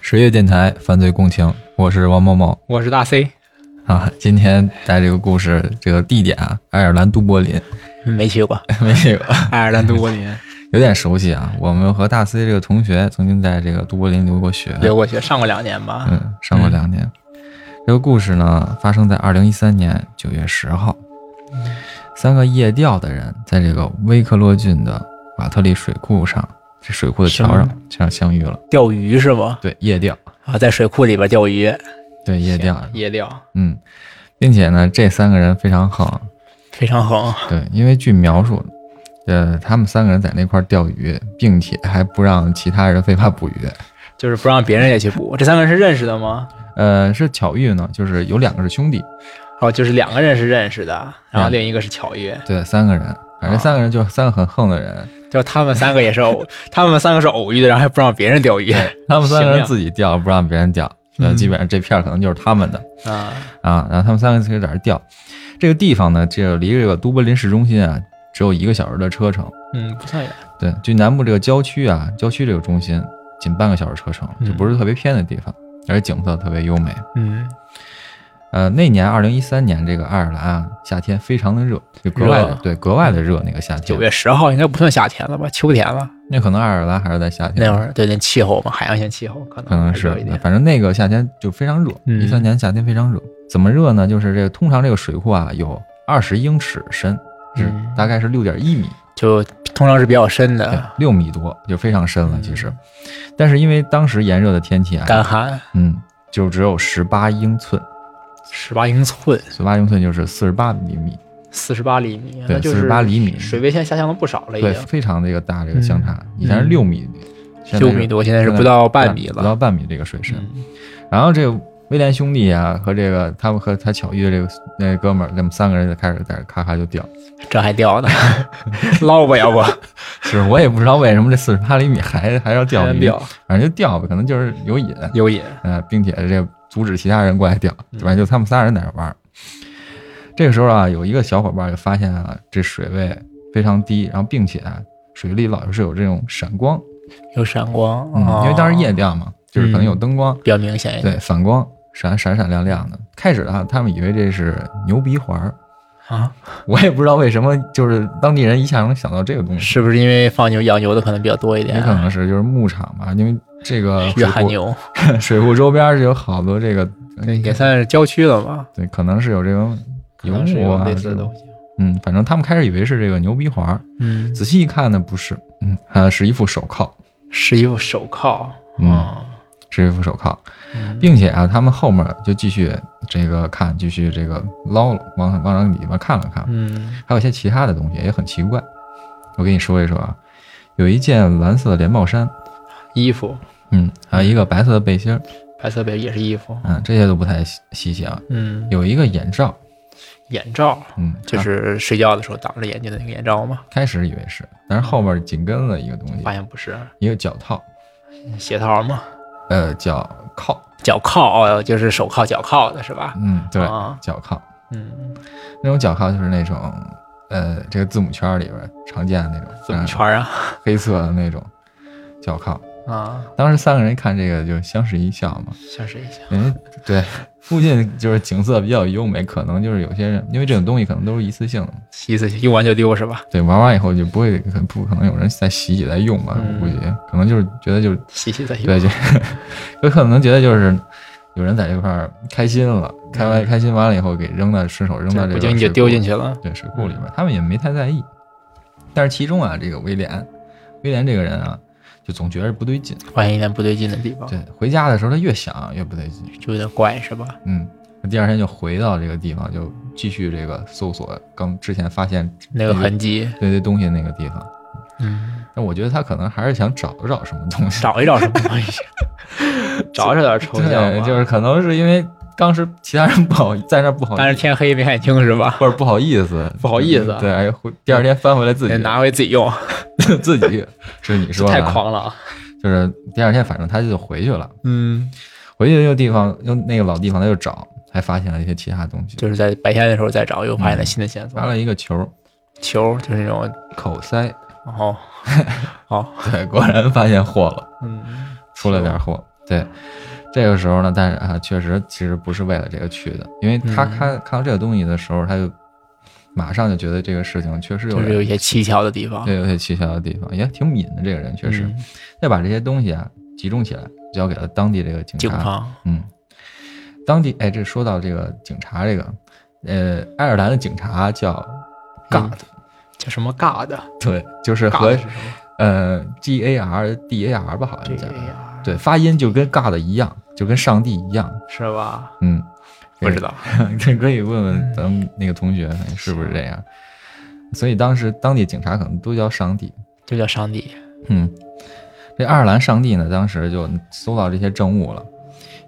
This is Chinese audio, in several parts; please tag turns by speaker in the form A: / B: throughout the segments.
A: 十月电台犯罪共情，我是王某某
B: 我是大 C，
A: 啊。今天带这个故事，这个地点啊，爱尔兰都柏林，
B: 没去过
A: 没有
B: 爱尔兰都柏林，
A: 有点熟悉啊。我们和大 C 这个同学曾经在这个都柏林留过学，
B: 留过学，上过两年吧。
A: 嗯，上过两年。这个故事呢，发生在二零一三年九月十号，三个夜钓的人在这个威克洛郡的瓦特利水库上，这水库的桥
B: 什
A: 上
B: 么
A: 上相遇了。
B: 钓鱼是吗？
A: 对，夜钓，
B: 啊，在水库里边钓鱼，
A: 对夜钓，
B: 夜钓
A: 嗯，并且呢，这三个人非常横，
B: 非常横，
A: 对，因为据描述，呃，他们三个人在那块儿钓鱼，并且还不让其他人非法捕鱼。
B: 就是不让别人也去捕。这三个人是认识的吗？
A: 呃，是巧遇呢，就是有两个是兄弟，
B: 哦，就是两个人是认识的，然后
A: 嗯
B: 另一个是巧遇，
A: 对，三个人，反正
B: 啊
A: 三个人就是三个很横的人，
B: 就他们三个也是偶， 他们三个是偶遇的，然后还不让别人钓鱼
A: 他们三个
B: 行
A: 人
B: 呀
A: 自己钓，不让别人钓，呃，
B: 嗯
A: 基本上这片儿可能就是他们的
B: 啊。
A: 啊。然后他们三个就在这儿钓，这个地方呢，就离这个都柏林市中心啊，只有一个小时的车程。
B: 嗯，不算远。
A: 对，距南部这个郊区啊，郊区这个中心仅半个小时车程，
B: 嗯
A: 就不是特别偏的地方，而且景色特别优美。
B: 嗯，
A: 呃，那年二零一三年，这个爱尔兰啊，夏天非常的热，就格外的
B: 热啊
A: 对格外的热那个夏天。
B: 九月，十号应该不算夏天了吧，秋天了。
A: 那可能爱尔兰还是在夏天，
B: 那会儿对那气候嘛，海洋性气候可能
A: 可能嗯是
B: 还热一点，
A: 反正那个夏天就非常热。
B: 嗯
A: 一三年夏天非常热，怎么热呢？就是这个通常这个水库啊有二十英尺深，是
B: 嗯
A: 大概是六点一米，
B: 就通常是比较深
A: 对
B: 的，
A: 六米多，就非常深了
B: 啊嗯
A: 其实。但是因为当时炎热的天气啊，
B: 干旱，
A: 嗯，就只有十八英寸，
B: 十八英寸，
A: 十八英寸就是四十八厘米，
B: 四十八厘米，
A: 对
B: 那就
A: 48
B: 是
A: 厘米
B: 水位线下降了不少了，已
A: 对，
B: 经
A: 非常这个大这个相差，
B: 嗯
A: 以前是
B: 嗯
A: 六米，现在
B: 六
A: 是
B: 米多，现在是
A: 现在
B: 不到半米
A: 不到
B: 了。
A: 半米这个水深。
B: 嗯
A: 然后这个威廉兄弟啊，和这个他们和他巧遇的这个那哥们儿，他们三个人就开始在这咔咔就掉。
B: 这还 掉呢，捞吧，要不
A: 是我也不知道为什么这四十八厘米还还 要钓
B: 真
A: 鱼，
B: 掉
A: 反正就掉吧，可能就是有瘾，
B: 有瘾。
A: 呃，并且这阻止其他人过来钓，
B: 嗯
A: 反正就他们仨人在这玩儿。这个时候啊，有一个小伙伴就发现啊，这水位非常低，然后并且啊水里老是有这种闪光，
B: 有闪光，
A: 嗯，因为当时
B: 时
A: 夜钓嘛，就是可能
B: 嗯
A: 有灯光，
B: 比较明显一点
A: 对，反光闪闪闪亮亮的。开始啊，他们以为这是牛鼻环儿，
B: 啊，
A: 我也不知道为什么，就是当地人一下能想到这个东西，
B: 是不是因为放牛养牛的可能比较多一
A: 也
B: 点？啊
A: 可能是就是牧场吧，因为这 个
B: 越
A: 水
B: 旱
A: 库
B: 牛，
A: 水库周边是有好多这个，
B: 对，也算是郊区了吧，
A: 对，可能是有这种
B: 可
A: 游
B: 能是
A: 牧
B: 有
A: 啊
B: 类似
A: 这
B: 的
A: 种
B: 东西。
A: 嗯，反正他们开始以为是这个牛鼻环儿，
B: 嗯，
A: 仔细一看呢，不是，嗯，啊，是一副手铐，
B: 是一副手铐，
A: 嗯
B: 啊
A: 是一副手铐，
B: 嗯
A: 并且啊，他们后面就继续这个看，继续这个捞了，往往上里面看了看，
B: 嗯
A: 还有一些其他的东西也很奇怪。我跟你说一说啊，有一件蓝色的连帽衫，
B: 衣服，
A: 嗯，还有一个白色的背心儿，
B: 白色背也是衣服，
A: 嗯，这些都不太细细细啊。
B: 嗯，
A: 有一个眼罩，
B: 眼罩
A: 嗯，
B: 就
A: 啊
B: 是睡觉的时候挡着眼睛的那个眼罩嘛，
A: 开始以为是，但是后面紧跟了一个东西
B: 发，现不是
A: 一个脚套，
B: 鞋套嘛，
A: 呃，脚铐，
B: 脚铐哦，就是手铐脚铐的是吧？
A: 嗯，对，
B: 啊，
A: 脚铐，
B: 嗯，
A: 那种脚铐就是那种，呃，这个字母圈里边常见的那种，
B: 怎么
A: 嗯
B: 圈啊？
A: 黑色的那种脚铐。
B: 啊，
A: 当时三个人一看这个就相视一笑嘛，
B: 相视一笑，
A: 人 家对附近就是景色比较优美，可能就是有些人因为这种东西可能都是一次性的，
B: 意思用完就丢是吧？
A: 对，玩完以后就不会可不可能有人再洗洗再用吧，
B: 嗯
A: 我估计可能就是觉得就
B: 洗洗再
A: 对
B: 用，
A: 就有可能觉得 就是有人在这块儿开心了，开完
B: 嗯
A: 开心完了以后给扔到顺手扔到这
B: 不
A: 个
B: 经意
A: 水
B: 就
A: 库
B: 丢进去嗯了。
A: 对水库里边，他们也没太在意。但是其中啊，这个威廉，威廉这个人啊，就总觉着不对劲。
B: 发现一点不对劲的地方，
A: 对，回家的时候他越想越不对劲。
B: 就有点怪是吧？
A: 嗯，那第二天就回到这个地方，就继续这个搜索刚之前发现
B: 那个痕迹，
A: 对对东西那个地方。
B: 嗯，
A: 但我觉得他可能还是想找一找什么东西。
B: 找一找什么 东西，找一找点 抽象
A: 对，
B: 吧
A: 就是可能是因为当时其他人不好在那儿不好，
B: 但是天黑没看清是吧？
A: 或者不好意思，
B: 不好意思啊
A: 对，哎回第二天翻回来自己
B: 得拿回自己用，
A: 自己，是你
B: 这
A: 说的
B: 太
A: 啊
B: 狂了啊！
A: 就是第二天，反正他就回去了。
B: 嗯，
A: 回去那个地方，用那个老地方，他就找，还发现了一些其他东西，
B: 就是在白天的时候再找，又发现
A: 嗯
B: 了新的线索
A: 发。了一个球，
B: 球就是那种，
A: 口塞，
B: 哦，哦，
A: 对，果然发现货了，
B: 嗯，
A: 出了点货。对，这个时候呢，但是啊，确实其实不是为了这个去的，因为他
B: 嗯
A: 看、看到这个东西的时候，他就马上就觉得这个事情确实有
B: 就是有
A: 点
B: 一些蹊跷的地方。
A: 对有些蹊跷的地方，也挺敏的这个人确实。
B: 嗯，
A: 再把这些东西啊集中起来，交给了当地这个警
B: 警
A: 察。
B: 方
A: 嗯，当地哎，这说到这个警察这个，呃，爱尔兰的警察叫 God，、
B: 叫什么尬的？
A: 对，就是
B: 尬
A: 和
B: 的是什么？
A: 呃 G A R D A R 吧，好
B: 这
A: 像叫
B: 个，呀，
A: 嗯对，发音就跟 God 一样，就跟上帝一样，
B: 是吧？
A: 嗯，
B: 不知道，
A: 这可以问问咱们那个同学是不是这样。所以当时当地警察可能都叫上帝，
B: 就叫上帝。
A: 嗯，这爱尔兰上帝呢，当时就搜到这些证物了，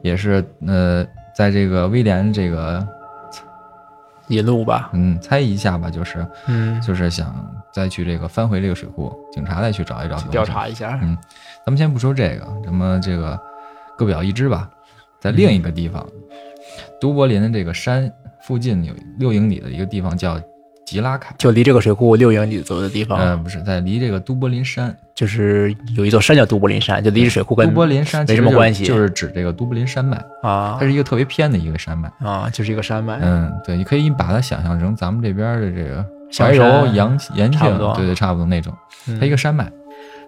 A: 也是呃，在这个威廉这个
B: 引路吧，
A: 嗯猜疑下吧，就是
B: 嗯，
A: 就是想再去这个翻回这个水库，警察再去找一找
B: 调。查一下
A: 嗯，咱们先不说这个，咱们这个各表一枝吧，在另一个地方，都柏林的这个山附近有六英里的一个地方叫吉拉凯，
B: 就离这个水库六英里左右的地方，
A: 呃，不是在离这个都柏林山，
B: 就是有一座山叫都柏林山，就离这水库跟
A: 都柏林山
B: 没
A: 其
B: 什
A: 实
B: 么
A: 就
B: 关系
A: 就是指这个都柏林山脉，
B: 啊
A: 它是一个特别偏的一个山脉。
B: 啊，就是一个山脉，
A: 嗯，对，你可以把它想象成咱们这边的这个
B: 小
A: 怀柔、
B: 山
A: 阳延庆
B: 差不多，
A: 对对，差不多那种。
B: 嗯
A: 它一个山脉，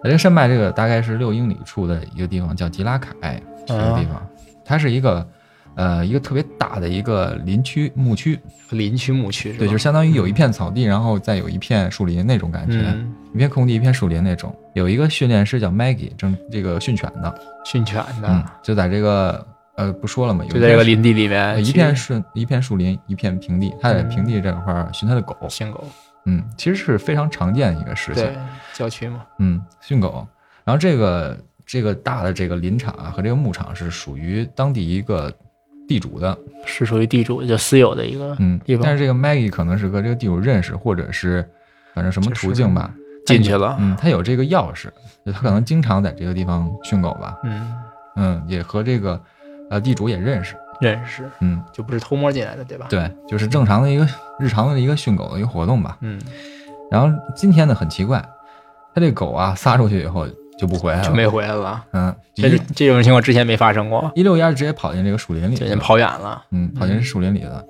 A: 那这个山脉这个大概是六英里处的一个地方叫吉拉凯
B: 啊
A: 这个地方，它是一个呃一个特别大的一个林区牧区，
B: 林区牧区是吧？
A: 对，就是相当于有一片草地，然后再有一片树林那种感觉，
B: 嗯，
A: 一片空地一片树林那种。有一个训练师叫 Maggie，正这个训犬的，
B: 训犬
A: 嗯
B: 的，，
A: 就在这个呃不说了嘛，有
B: 就
A: 一
B: 在
A: 片
B: 这个
A: 树
B: 林地里
A: 呃
B: 面去，
A: 一片顺一片树林，一片平地，他在平地这块儿训他的狗，
B: 训狗，
A: 嗯，其实是非常常见的一个事情
B: 对，，郊区嘛，
A: 嗯，训狗。然后这个这个大的这个林场啊和这个牧场是属于当地一个地主的，
B: 是属于地主就私有的一个
A: 嗯
B: 地，方
A: 但是这个 Maggie 可能是和这个地主认识，或者是反正什么
B: 就是
A: 途径吧，
B: 进去了，
A: 嗯，他有这个钥匙，就他可能经常在这个地方训狗吧，
B: 嗯，
A: 嗯，也和这个呃地主也认识，
B: 认识
A: 嗯，
B: 就不是偷摸进来的，对吧？，
A: 对，就是正常的一个日常的一个训狗的一个活动吧。
B: 嗯，
A: 然后今天呢很奇怪，它这狗啊撒出去以后就不回来
B: 就
A: 了，
B: 没回来了。
A: 嗯，
B: 这是
A: 一
B: 这种情况之前没发生过，
A: 一溜烟儿直接跑进这个树林里
B: 就
A: 去
B: 已经
A: 了，
B: 跑远了，
A: 嗯，跑进树林里了。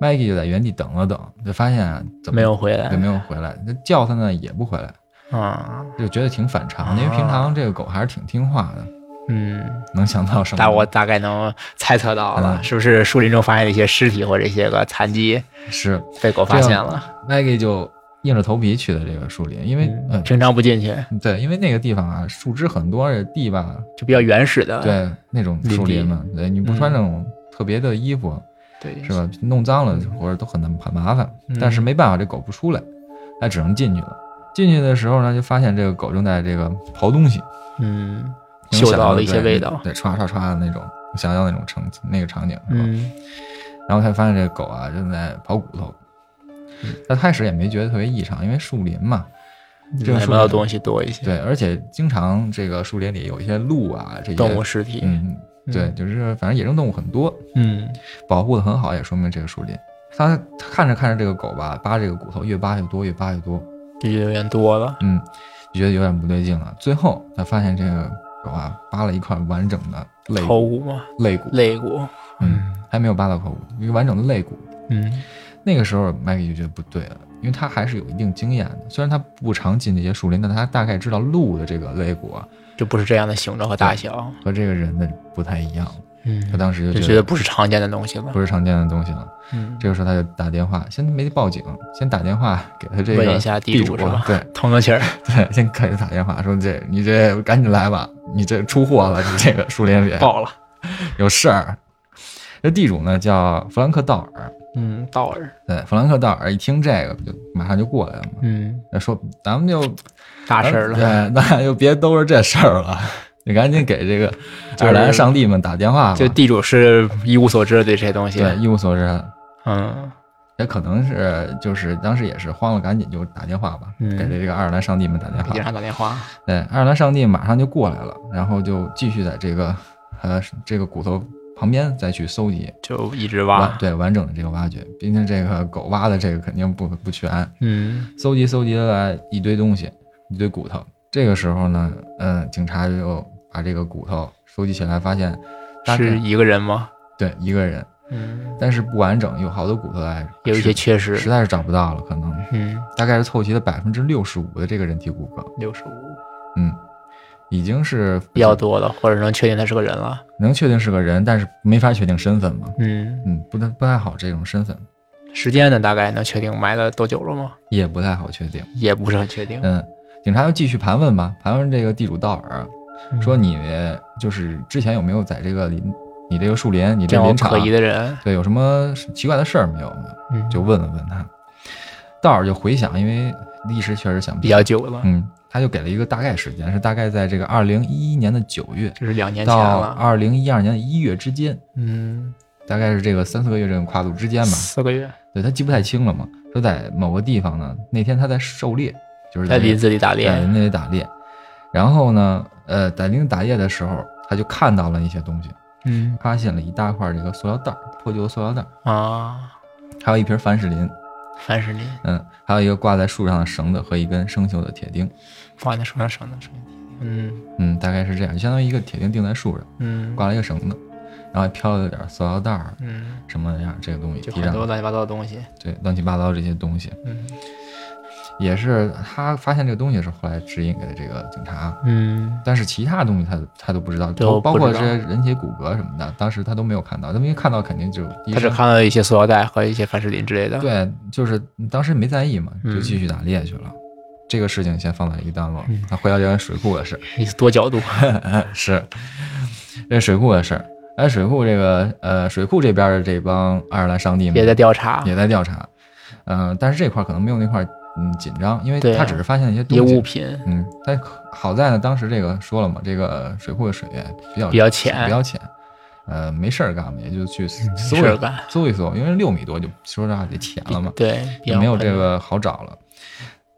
A: Maggie 就在原地等了等，就发现啊怎么
B: 没有回来
A: 对没有回来，那叫它呢也不回来，
B: 啊，
A: 就觉得挺反常的，因为
B: 啊
A: 平常这个狗还是挺听话的，
B: 嗯。
A: 能想到什么？
B: 但我大概能猜测到了，
A: 嗯
B: 是不是树林中发现了一些尸体或者一些个残疾
A: 是
B: 被狗发现了？
A: Maggie 就硬着头皮去的这个树林，因为
B: 嗯
A: 呃
B: 平常不进去，
A: 对，因为那个地方啊树枝很多，而且地吧
B: 就比较原始的，
A: 对，那种
B: 哎林
A: 树林
B: 地
A: 嘛，对，你不
B: 嗯
A: 穿那种特别的衣服，
B: 对
A: 是吧？弄脏了或者都很难很麻烦。但是
B: 嗯
A: 没办法，这狗不出来，它只能进去了。进去的时候呢，就发现这个狗正在这个刨东西，
B: 嗯，
A: 你能
B: 嗅
A: 想
B: 到了
A: 对
B: 一些味道，
A: 对，唰唰唰的那种，我想到那种场景那个场景是吧？
B: 嗯
A: 然后才发现这个狗啊正在刨骨头。
B: 嗯
A: 他开始也没觉得特别异常，因为树林嘛，这个
B: 闻
A: 树
B: 到
A: 林
B: 东西多一些，
A: 对，而且经常这个树林里有一些鹿啊，这些
B: 动物，尸体，
A: 嗯，对，就是反正野生动物很多，
B: 嗯，
A: 保护的很好，也说明这个树林。他看着看着这个狗吧，扒这个骨头越扒越多，越扒越多，
B: 就有点多了，
A: 嗯，就觉得有点不对劲了。最后他发现这个狗啊，扒了一块完整的肋
B: 头骨嘛，
A: 肋骨，
B: 肋骨，
A: 嗯，还没有扒到头骨，一个完整的肋骨。
B: 嗯，
A: 那个时候，麦克就觉得不对了，因为他还是有一定经验的。虽然他不常进这些树林，但他大概知道鹿的这个肋骨啊
B: 就不是这样的形状和大小，
A: 和这个人的不太一样。他
B: 嗯，
A: 当时
B: 就
A: 就
B: 觉
A: 觉
B: 得
A: 得
B: 不是常见的东西了
A: 不，是常见的东西了。
B: 嗯，
A: 这个时候他就打电话，先没报警，先打电话给他这个
B: 问一下地
A: 地
B: 主是吧
A: 对，
B: 通个气儿，
A: 对， 先给他打电话说这你这赶紧来吧，你这出货了，你这个树林里
B: 爆了，
A: 有事儿。这地主呢叫弗兰克道尔，
B: 嗯，道儿，
A: 对，弗兰克道尔一听这个就马上就过来了嘛，
B: 嗯，
A: 那说咱们就
B: 大事儿了，
A: 对，那就别兜着这事儿了，你赶紧给这个 爱
B: 就是
A: 尔兰上帝们打电话吧。
B: 就地主是一无所知的对这些东西，
A: 对，一无所知，
B: 嗯，
A: 也可能是就是当时也是慌了，赶紧就打电话吧，
B: 嗯
A: 给这个爱尔兰上帝们打电
B: 给警
A: 话。
B: 察打电话，
A: 对，爱尔兰上帝马上就过来了，然后就继续在这个呃这个骨头旁边再去搜集
B: 就一直
A: 完
B: 挖，
A: 对完整的这个挖掘，毕竟这个狗挖的这个肯定不不全，
B: 嗯，
A: 搜集搜集了一呃堆东西，一堆骨头。这个时候呢，嗯，警察就把这个骨头收集起来发现大概
B: 是一个人吗？
A: 对一个人，
B: 嗯，
A: 但是不完整，有好多骨头在，
B: 有一些缺
A: 实
B: 失
A: 实。在是找不到了，可能
B: 嗯，
A: 大概是凑齐了百分之六十五的这个人体骨骼，
B: 六十五
A: 嗯，已经是
B: 比较多了，或者能确定他是个人了。
A: 能确定是个人，但是没法确定身份嘛，
B: 嗯，
A: 嗯，不太不太好这种身份
B: 时间呢？大概能确定埋了多久了吗？
A: 也不太好确定，
B: 也不是很确定。
A: 嗯，警察又继续盘问吧，盘问这个地主道尔，啊说
B: 嗯
A: 你就是之前有没有在这个林，你这个树林，你
B: 这
A: 这
B: 样有
A: 林场
B: 可，疑的人，
A: 对，有什么奇怪的事儿没有？
B: 嗯，
A: 就问了问他。道尔就回想，因为历史确实想不
B: 比
A: 起来
B: 较久了，
A: 嗯，他就给了一个大概时间，是大概在这个二零一一年的九月
B: 就是两年前
A: 到
B: 了。
A: 二零一二年的一月之间，
B: 嗯，
A: 大概是这个三四个月这种跨度之间吧。
B: 四个月，
A: 对他记不太清了嘛，说在某个地方呢，那天他在狩猎，就是
B: 在
A: 那
B: 林子里打猎
A: 在。那里打猎，然后呢，呃，在林子打猎的时候，他就看到了一些东西，
B: 嗯
A: 发现了一大块这个塑料袋儿，破旧的塑料袋儿，
B: 啊，
A: 还有一瓶凡士林，
B: 凡士林
A: 嗯，还有一个挂在树上的绳子和一根生锈的铁钉，
B: 挂在手上绳的绳子。嗯
A: 嗯，大概是这样，就相当于一个铁钉钉在树上，
B: 嗯
A: 挂了一个绳子，然后还飘了点儿塑料袋儿
B: 嗯，
A: 什么样这个东西，
B: 就
A: 地
B: 很多
A: 上
B: 乱七八糟的东西。
A: 对乱七八糟这些东西，
B: 嗯
A: 也是他发现这个东西的时候，后来指引给了这个警察。
B: 嗯，
A: 但是其他东西他他都不知道，
B: 都
A: 包
B: 不
A: 括这
B: 知道
A: 些人体骨骼什么的，当时他都没有看到。他们一看到肯定就第一
B: 他只
A: 时间
B: 看到一些塑料袋和一些凡士林之类的。
A: 对，就是当时没在意嘛，就
B: 嗯
A: 继续打猎去了。这个事情先放在一个段落
B: 嗯，
A: 那回到这个水库的事儿，
B: 对，多 角度。
A: 是这水库的事儿。哎，水库这个呃，水库这边的这帮爱尔兰上帝们
B: 也在调查
A: 也在调查，嗯、但是这块儿可能没有那块儿嗯紧张，因为
B: 对啊
A: 他只是发现了一些
B: 一些
A: 东西
B: 物，品，
A: 嗯，但可好在呢，当时这个说了嘛，这个呃水库的水比较
B: 比较浅嗯
A: 比较浅，呃，没事儿干嘛，也就去搜
B: 事
A: 一
B: 儿干。
A: 搜一搜，因为六米多就说实话得浅了嘛，
B: 对，
A: 也没有这个好找了。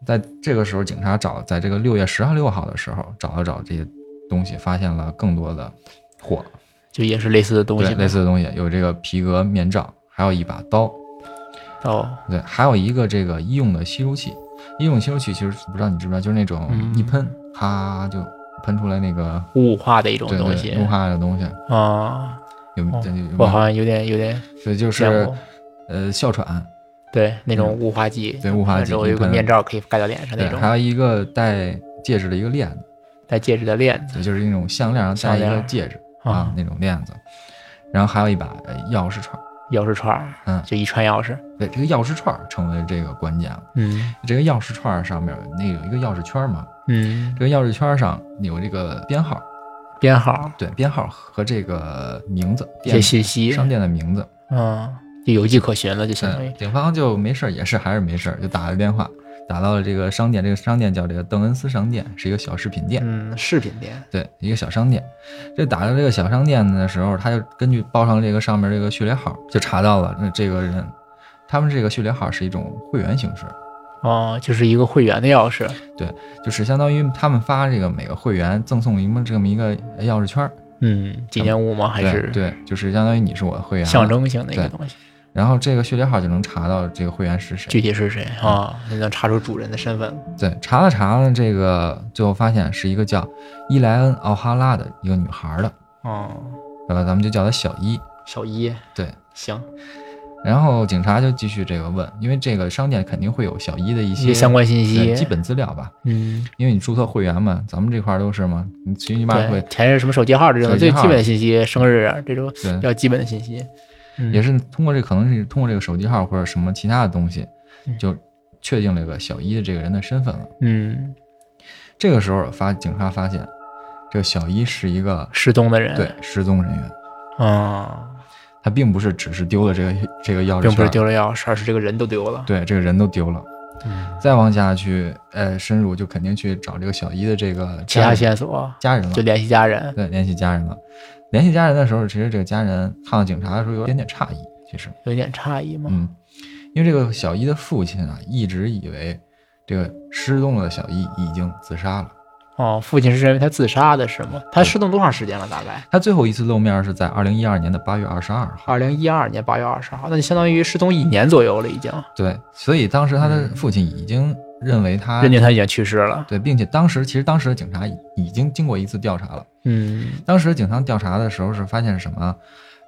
A: 在这个时候，警察找在这个六月十号、六号的时候找了找这些东西，发现了更多的货，
B: 就也是类似的东
A: 对
B: 西，
A: 类似的东西，有这个皮革面罩，还有一把刀，
B: 哦，
A: 对，还有一个这个医用的吸收器。医用吸收器其实不知道你知不知道，就是那种
B: 嗯
A: 一喷，哈就喷出来那个
B: 雾化的一种
A: 对
B: 东
A: 对
B: 西
A: 雾化的东西，
B: 啊。
A: 有
B: 哦
A: 这有
B: 我好像有点有点
A: 对，就
B: 见
A: 是
B: 过，
A: 呃哮喘，
B: 对那种雾化剂，
A: 对雾化
B: 反
A: 剂
B: 正我有
A: 一
B: 个
A: 喷
B: 面罩可以盖到脸上那
A: 对，
B: 种
A: 还，有一个戴戒指的一个链子。
B: 戴戒指的链子
A: 对，就是那种项链上戴一
B: 项
A: 个
B: 链
A: 戒指啊
B: 啊，
A: 那种链子，然后还有一把呃钥匙串儿。
B: 钥匙串儿，
A: 嗯
B: 就一串钥匙，
A: 对，这个钥匙串儿成为这个关键了。
B: 嗯
A: 这个钥匙串儿上面那有一个钥匙圈儿嘛，
B: 嗯，
A: 这个钥匙圈儿上有这个编号，
B: 编号
A: 对，编号和这个名字，
B: 一
A: 店
B: 些信息，
A: 商店的名字。
B: 嗯，就有迹可循了，就相当于
A: 嗯，警方就没事儿，也是还是没事儿，就打了电话，打到了这个商店，这个商店叫这个邓恩斯商店，是一个小饰品店。
B: 嗯饰品店，
A: 对，一个小商店。这打到这个小商店的时候，他就根据报上这个上面这个序列号，就查到了那这个人，他们这个序列号是一种会员形式，
B: 哦，就是一个会员的钥匙，
A: 就是相当于他们发这个每个会员赠送一么这么一个呃钥匙圈儿，
B: 嗯，纪念物吗？还
A: 对
B: 是
A: 对，就是相当于你是我的会员了
B: 象。征性的一个
A: 对
B: 东西？
A: 然后这个序列号就能查到这个会员是谁。
B: 具体是谁
A: 嗯
B: 啊？那能查出主人的身份了。
A: 对，查了查了，这个最后发现是一个叫伊莱恩奥哈拉的一个女孩儿的，
B: 哦，
A: 呃，咱们就叫她小伊。
B: 小一，
A: 对，
B: 行，
A: 然后警察就继续这个问，因为这个商店肯定会有小一的一
B: 一
A: 些
B: 些相关信
A: 对
B: 息，
A: 基，本资料吧，
B: 嗯，
A: 因为你注册会员嘛，咱们这块儿都是嘛，你最起码
B: 对
A: 会，
B: 填是什么手机号这种
A: 手机
B: 最
A: 号
B: 基本的信息，生日啊这种
A: 对
B: 比，较基本的信息，嗯
A: 也是通过这可能是通过这个手机号或者什么其他的东西，
B: 嗯
A: 就确定这个小一的这个人的身份了。
B: 嗯，
A: 这个时候发警察发现，这个小一是一个
B: 失踪的人，
A: 对失踪人员，
B: 啊，
A: 他并不是只是丢了这个这个钥匙圈儿，
B: 并不是丢了钥匙，而是这个人都丢了。
A: 对这个人都丢了。
B: 嗯，
A: 再往下去，呃，深入就肯定去找这个小一的这个
B: 其
A: 家
B: 他
A: 人嗯
B: 线索
A: 家人了
B: 就，联系家人，
A: 对，联系家人了。联系家人的时候，其实这个家人看到警察的时候有点点诧异，其实，
B: 有点诧异嘛。
A: 嗯，因为这个小一的父亲啊，一直以为这个失踪了的小一已经自杀了。
B: 哦，父亲是认为他自杀的是吗？他失踪多长时间了？大概
A: 他最后一次露面是在二零一二年的八月二十二号，
B: 二零一二
A: 啊
B: 年八月二十号，那就相当于失踪一年左右了，已经。
A: 对，所以当时他的父亲已经认为他
B: 嗯认定他已经去世了。
A: 对，并且当时其实当时的警察已已经经过一次调查了。
B: 嗯
A: 当时警方调查的时候是发现什么？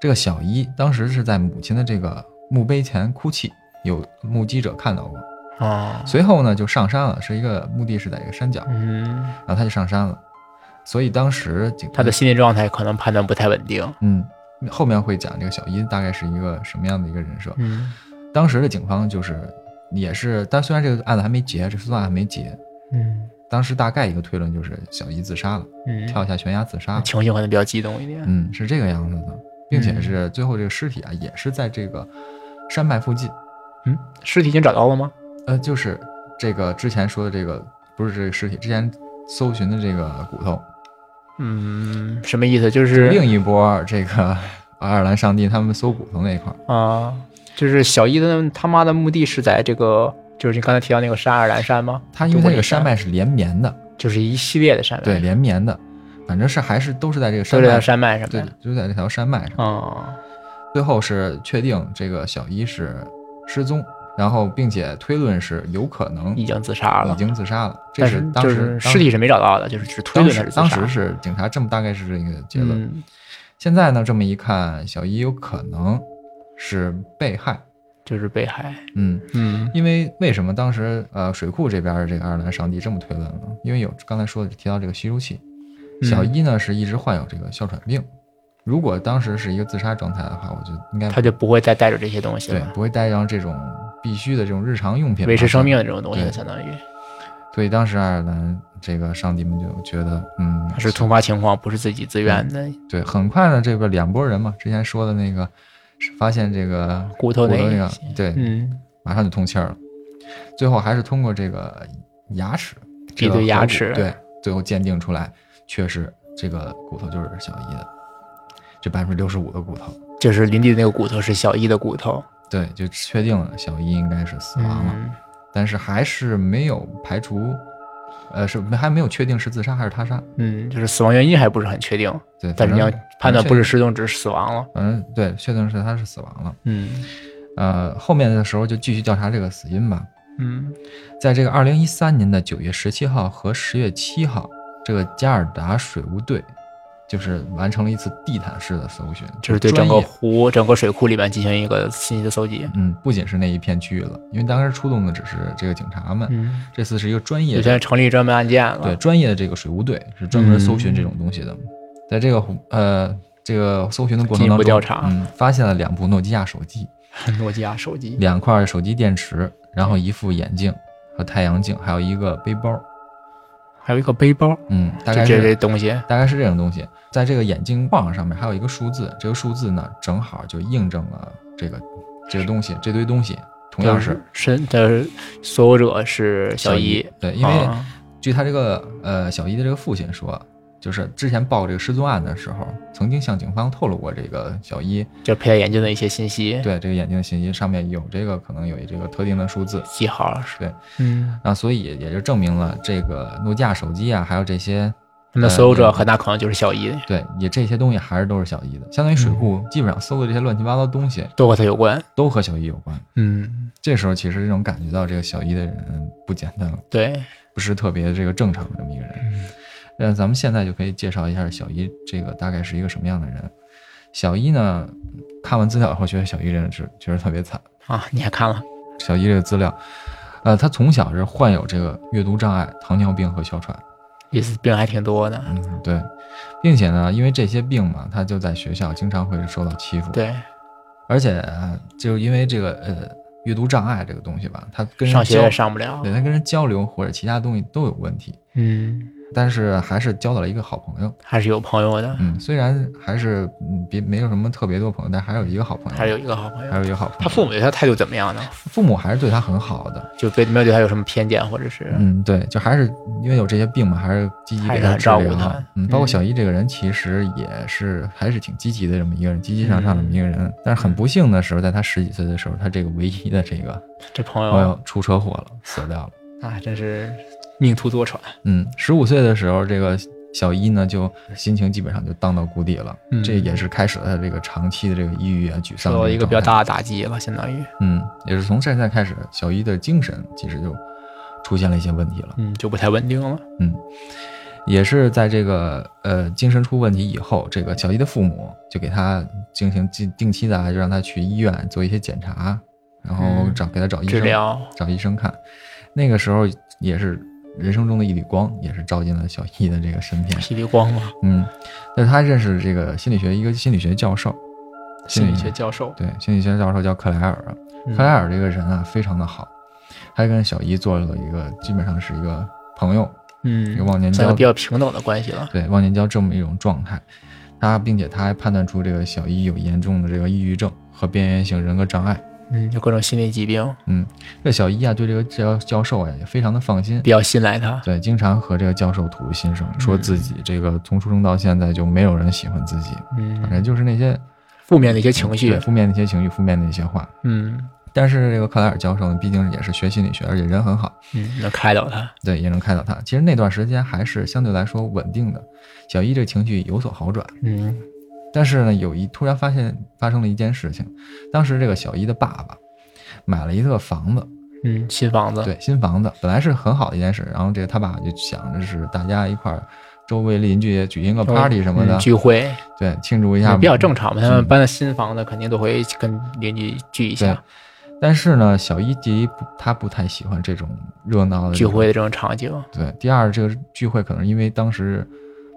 A: 这个小一当时是在母亲的这个墓碑前哭泣，有目击者看到过。
B: 哦，
A: 随后呢就上山了，是一个墓地是在一个山脚，
B: 嗯，
A: 然后他就上山了。所以当时警
B: 他的心理状态可能判断不太稳定。
A: 嗯，后面会讲这个小一大概是一个什么样的一个人设。
B: 嗯
A: 当时的警方就是也是，但虽然这个案子还没结，这个诉讼案还没结，
B: 嗯
A: 当时大概一个推论就是小一自杀了，
B: 嗯，
A: 跳下悬崖自杀了。
B: 情绪可能比较激动一点。
A: 嗯，是这个样子的，并且是最后这个尸体啊，也是在这个山脉附近，
B: 嗯，尸体已经找到了吗？
A: 呃，就是这个之前说的这个，不是这个尸体，之前搜寻的这个骨头，
B: 嗯，什么意思？就是是
A: 另一波这个 爱尔兰上帝他们搜骨头那一块儿，
B: 啊，就是小伊的他妈的墓地是在这个，就是你刚才提到那个沙尔兰山吗？
A: 它因为它这个山脉是连绵的，
B: 就是一系列的山脉，
A: 对，，连绵的，反正是还是都是在这个
B: 都
A: 山
B: 是
A: 脉
B: 在，山脉上
A: 对
B: 面。，
A: 就在这条山脉上。
B: 啊，
A: 最后是确定这个小一是失踪，然后并且推论是有可能
B: 已经自杀
A: 已
B: 了，
A: 经自杀了，嗯这
B: 但
A: 是当
B: 就
A: 时
B: 是
A: 当
B: 尸体是没找到的，就是只推
A: 当
B: 论他
A: 时
B: 是自
A: 当
B: 杀
A: 时是警察这么大概是这个结论。
B: 嗯，
A: 现在呢，这么一看，小一有可能是被害。
B: 就是被害。
A: 嗯，
B: 嗯
A: 因为为什么当时呃水库这边的这个爱尔兰上帝这么推论呢？因为有刚才说的提到这个吸入器，
B: 嗯
A: 小一呢是一直患有这个哮喘病。如果当时是一个自杀状态的话，我觉得应该
B: 嗯他就不会再带着这些东西
A: 对
B: 了，
A: 不会带上这种必须的这种日常用品吧
B: 维持生命。的这种东西了，
A: 对
B: 相当于
A: 所以当时爱尔兰这个上帝们就觉得，嗯，
B: 是突发情况，不是自己自愿的。
A: 对，很快呢，这个两拨人嘛，之前说的那个，是发现这个
B: 骨头
A: 骨
B: 那
A: 头那个
B: 一些，
A: 对，
B: 嗯，
A: 马上就通气儿了。最后还是通过这个牙齿，这
B: 一
A: 个
B: 对牙
A: 颌骨
B: 齿
A: 对，最后鉴定出来，确实这个骨头就是小一的，这百分之六十五的骨头，
B: 就是林地的那个骨头是小伊的骨头，
A: 对，就确定了小一应该是死亡了，
B: 嗯
A: 但是还是没有排除，呃，是还没有确定是自杀还是他杀，
B: 嗯，就是死亡原因还不是很确定，
A: 对，反
B: 但
A: 正
B: 是你要判断不是失踪，只是死亡了。
A: 反正对，确定是他是死亡了。
B: 嗯
A: 呃，后面的时候就继续调查这个死因吧。
B: 嗯
A: 在这个二零一三年的九月十七号和十月七号，这个加尔达水务队就是完成了一次地毯式的搜寻，
B: 就是对
A: 专
B: 整
A: 业
B: 个湖、整个水库里面进行一个信息的搜集。
A: 嗯，不仅是那一片区域了，因为当时出动的只是这个警察们，
B: 嗯，
A: 这次是一个专业
B: 就
A: 的
B: 现在成立专门案件了。嗯
A: 对，专业的这个水务队是专门搜寻这种东西的。在这个湖呃这个搜寻的过程
B: 进一步
A: 当中，
B: 调查
A: 嗯，发现了两部诺基亚手机，
B: 诺基亚手机。
A: 两块手机电池，然后一副眼镜和太阳镜，还有一个背包。
B: 还有一个背包，
A: 嗯，大
B: 就
A: 概
B: 这这
A: 是
B: 东西。
A: 大概是这种东西。在这个眼镜框上面还有一个数字，这个数字呢正好就印证了这个这个东西，这堆东西同样是
B: 身的所有者是嗯小
A: 一
B: 伊，。
A: 对，因为
B: 啊
A: 据他这个呃小一的这个父亲说。就是之前报这个失踪案的时候，曾经向警方透露过这个小一
B: 就佩戴眼镜的一些信息
A: 对这个眼镜的信息上面有这个可能有这个特定的数字，
B: 记号是。
A: 对，
B: 嗯，
A: 那所以也就证明了这个诺基亚手机啊，还有这些呃
B: 那么所有
A: 嗯
B: 者很大可能就是小伊，
A: 对，也这些东西还是都是小一的，相当于水库基本上搜的这些乱七八糟东西
B: 都和他有关。
A: 都和小一有关。
B: 嗯，
A: 这时候其实这种感觉到这个小一的人不简单了，
B: 对，
A: 不是特别这个正常的这么一个人。那咱们现在就可以介绍一下小一这个大概是一个什么样的人。小一呢，看完资料以后觉得小一这人是确实特别惨。
B: 啊，你还看了？
A: 小一这个资料，呃，他从小是患有这个阅读障碍、糖尿病和哮喘。
B: 意思病还挺多的。
A: 嗯，对，并且呢，因为这些病嘛，他就在学校经常会受到欺负。，
B: 对，
A: 而且呃就是因为这个呃阅读障碍这个东西吧，他跟人
B: 上学
A: 交
B: 也上不了
A: 对。他跟人交流或者其他东西都有问题，
B: 嗯，
A: 但是还是交到了一个好朋友。
B: 还是有朋友的，
A: 嗯，虽然还是嗯别没有什么特别多朋友，但还有一个好朋友，
B: 还是有一个好朋友
A: 还。有一个好朋友。
B: 他父母对他态度怎么样呢？
A: 父母还是对他很好的。
B: 就对没有对他有什么偏见，或者是
A: 嗯，对，就还是因为有这些病嘛，还是积极
B: 还
A: 给
B: 是
A: 他
B: 很
A: 治
B: 照顾
A: 疗
B: 他
A: 啊。嗯，包括
B: 嗯
A: 小一这个人，其实也是还是挺积极的这么一个人，积极向上的这么一个
B: 嗯
A: 人。但是很不幸的时候，在他十几岁的时候，他这个唯一的这个
B: 这朋
A: 朋
B: 友
A: 友出车祸了，死掉了。
B: 啊，真是命途多舛。
A: 嗯，十五岁的时候，这个小一呢就心情基本上就荡到谷底了，
B: 嗯
A: 这也是开始了他这个长期的这个抑郁啊、沮丧
B: 受到
A: 的
B: 一个比较
A: 状态。
B: 大的打击了，相当于
A: 嗯，也是从现在开始，小一的精神其实就出现了一些问题了。
B: 嗯，就不太稳定了。
A: 也是在这个呃精神出问题以后，这个小伊的父母就给他进行定定期的啊，就让他去医院做一些检查，然后
B: 嗯
A: 找给他找医
B: 治
A: 生
B: 疗，
A: 找医生看。那个时候也是人生中的一缕光，也是照进了小伊的这个身边。
B: 霹雳光嘛，
A: 嗯，但是他认识这个心理学一个心理学教授，
B: 心
A: 嗯
B: 理学教授，
A: 对，心理学教授叫克莱尔。
B: 嗯
A: 克莱尔这个人啊，非常的好，他跟小伊做了一个基本上是一个朋友，一
B: 嗯，
A: 个
B: 嗯，
A: 忘年
B: 咱
A: 交
B: 们比较平等的关系了。
A: 对忘年交这么一种状态。他并且他还判断出这个小伊有严重的这个抑郁症和边缘性人格障碍。
B: 嗯，有各种心理疾病，
A: 这小伊啊，对这个教教授啊也非常的放心，
B: 比较信赖他。
A: 对，经常和这个教授吐露心声，说自己这个从出生到现在就没有人喜欢自己，反
B: 嗯，
A: 正就是那些
B: 负面的一些情绪
A: 对，负面的一些情绪、负面的一些话。
B: 嗯
A: 但是这个克莱尔教授呢，毕竟也是学心理学，而且人很好，
B: 嗯，能开导他。
A: 对，也能看到他。其实那段时间还是相对来说稳定的，小伊这个情绪有所好转。
B: 嗯
A: 但是呢，有一突然发现发生了一件事情，当时这个小伊的爸爸买了一个房子，
B: 嗯，新房子，
A: 对，新房子本来是很好的一件事，然后这个他爸就想着是大家一块儿，周围邻居也举行个
B: 嗯
A: party 什么的，
B: 聚会
A: 对，庆祝一下
B: 比较正常嘛。他
A: 嗯
B: 们搬到新房子，肯定都会跟邻居聚一下，
A: 但是呢，小伊第一不他不太喜欢这种热闹的
B: 聚
A: 这种
B: 会的这种场景，
A: 对，第二这个聚会可能因为当时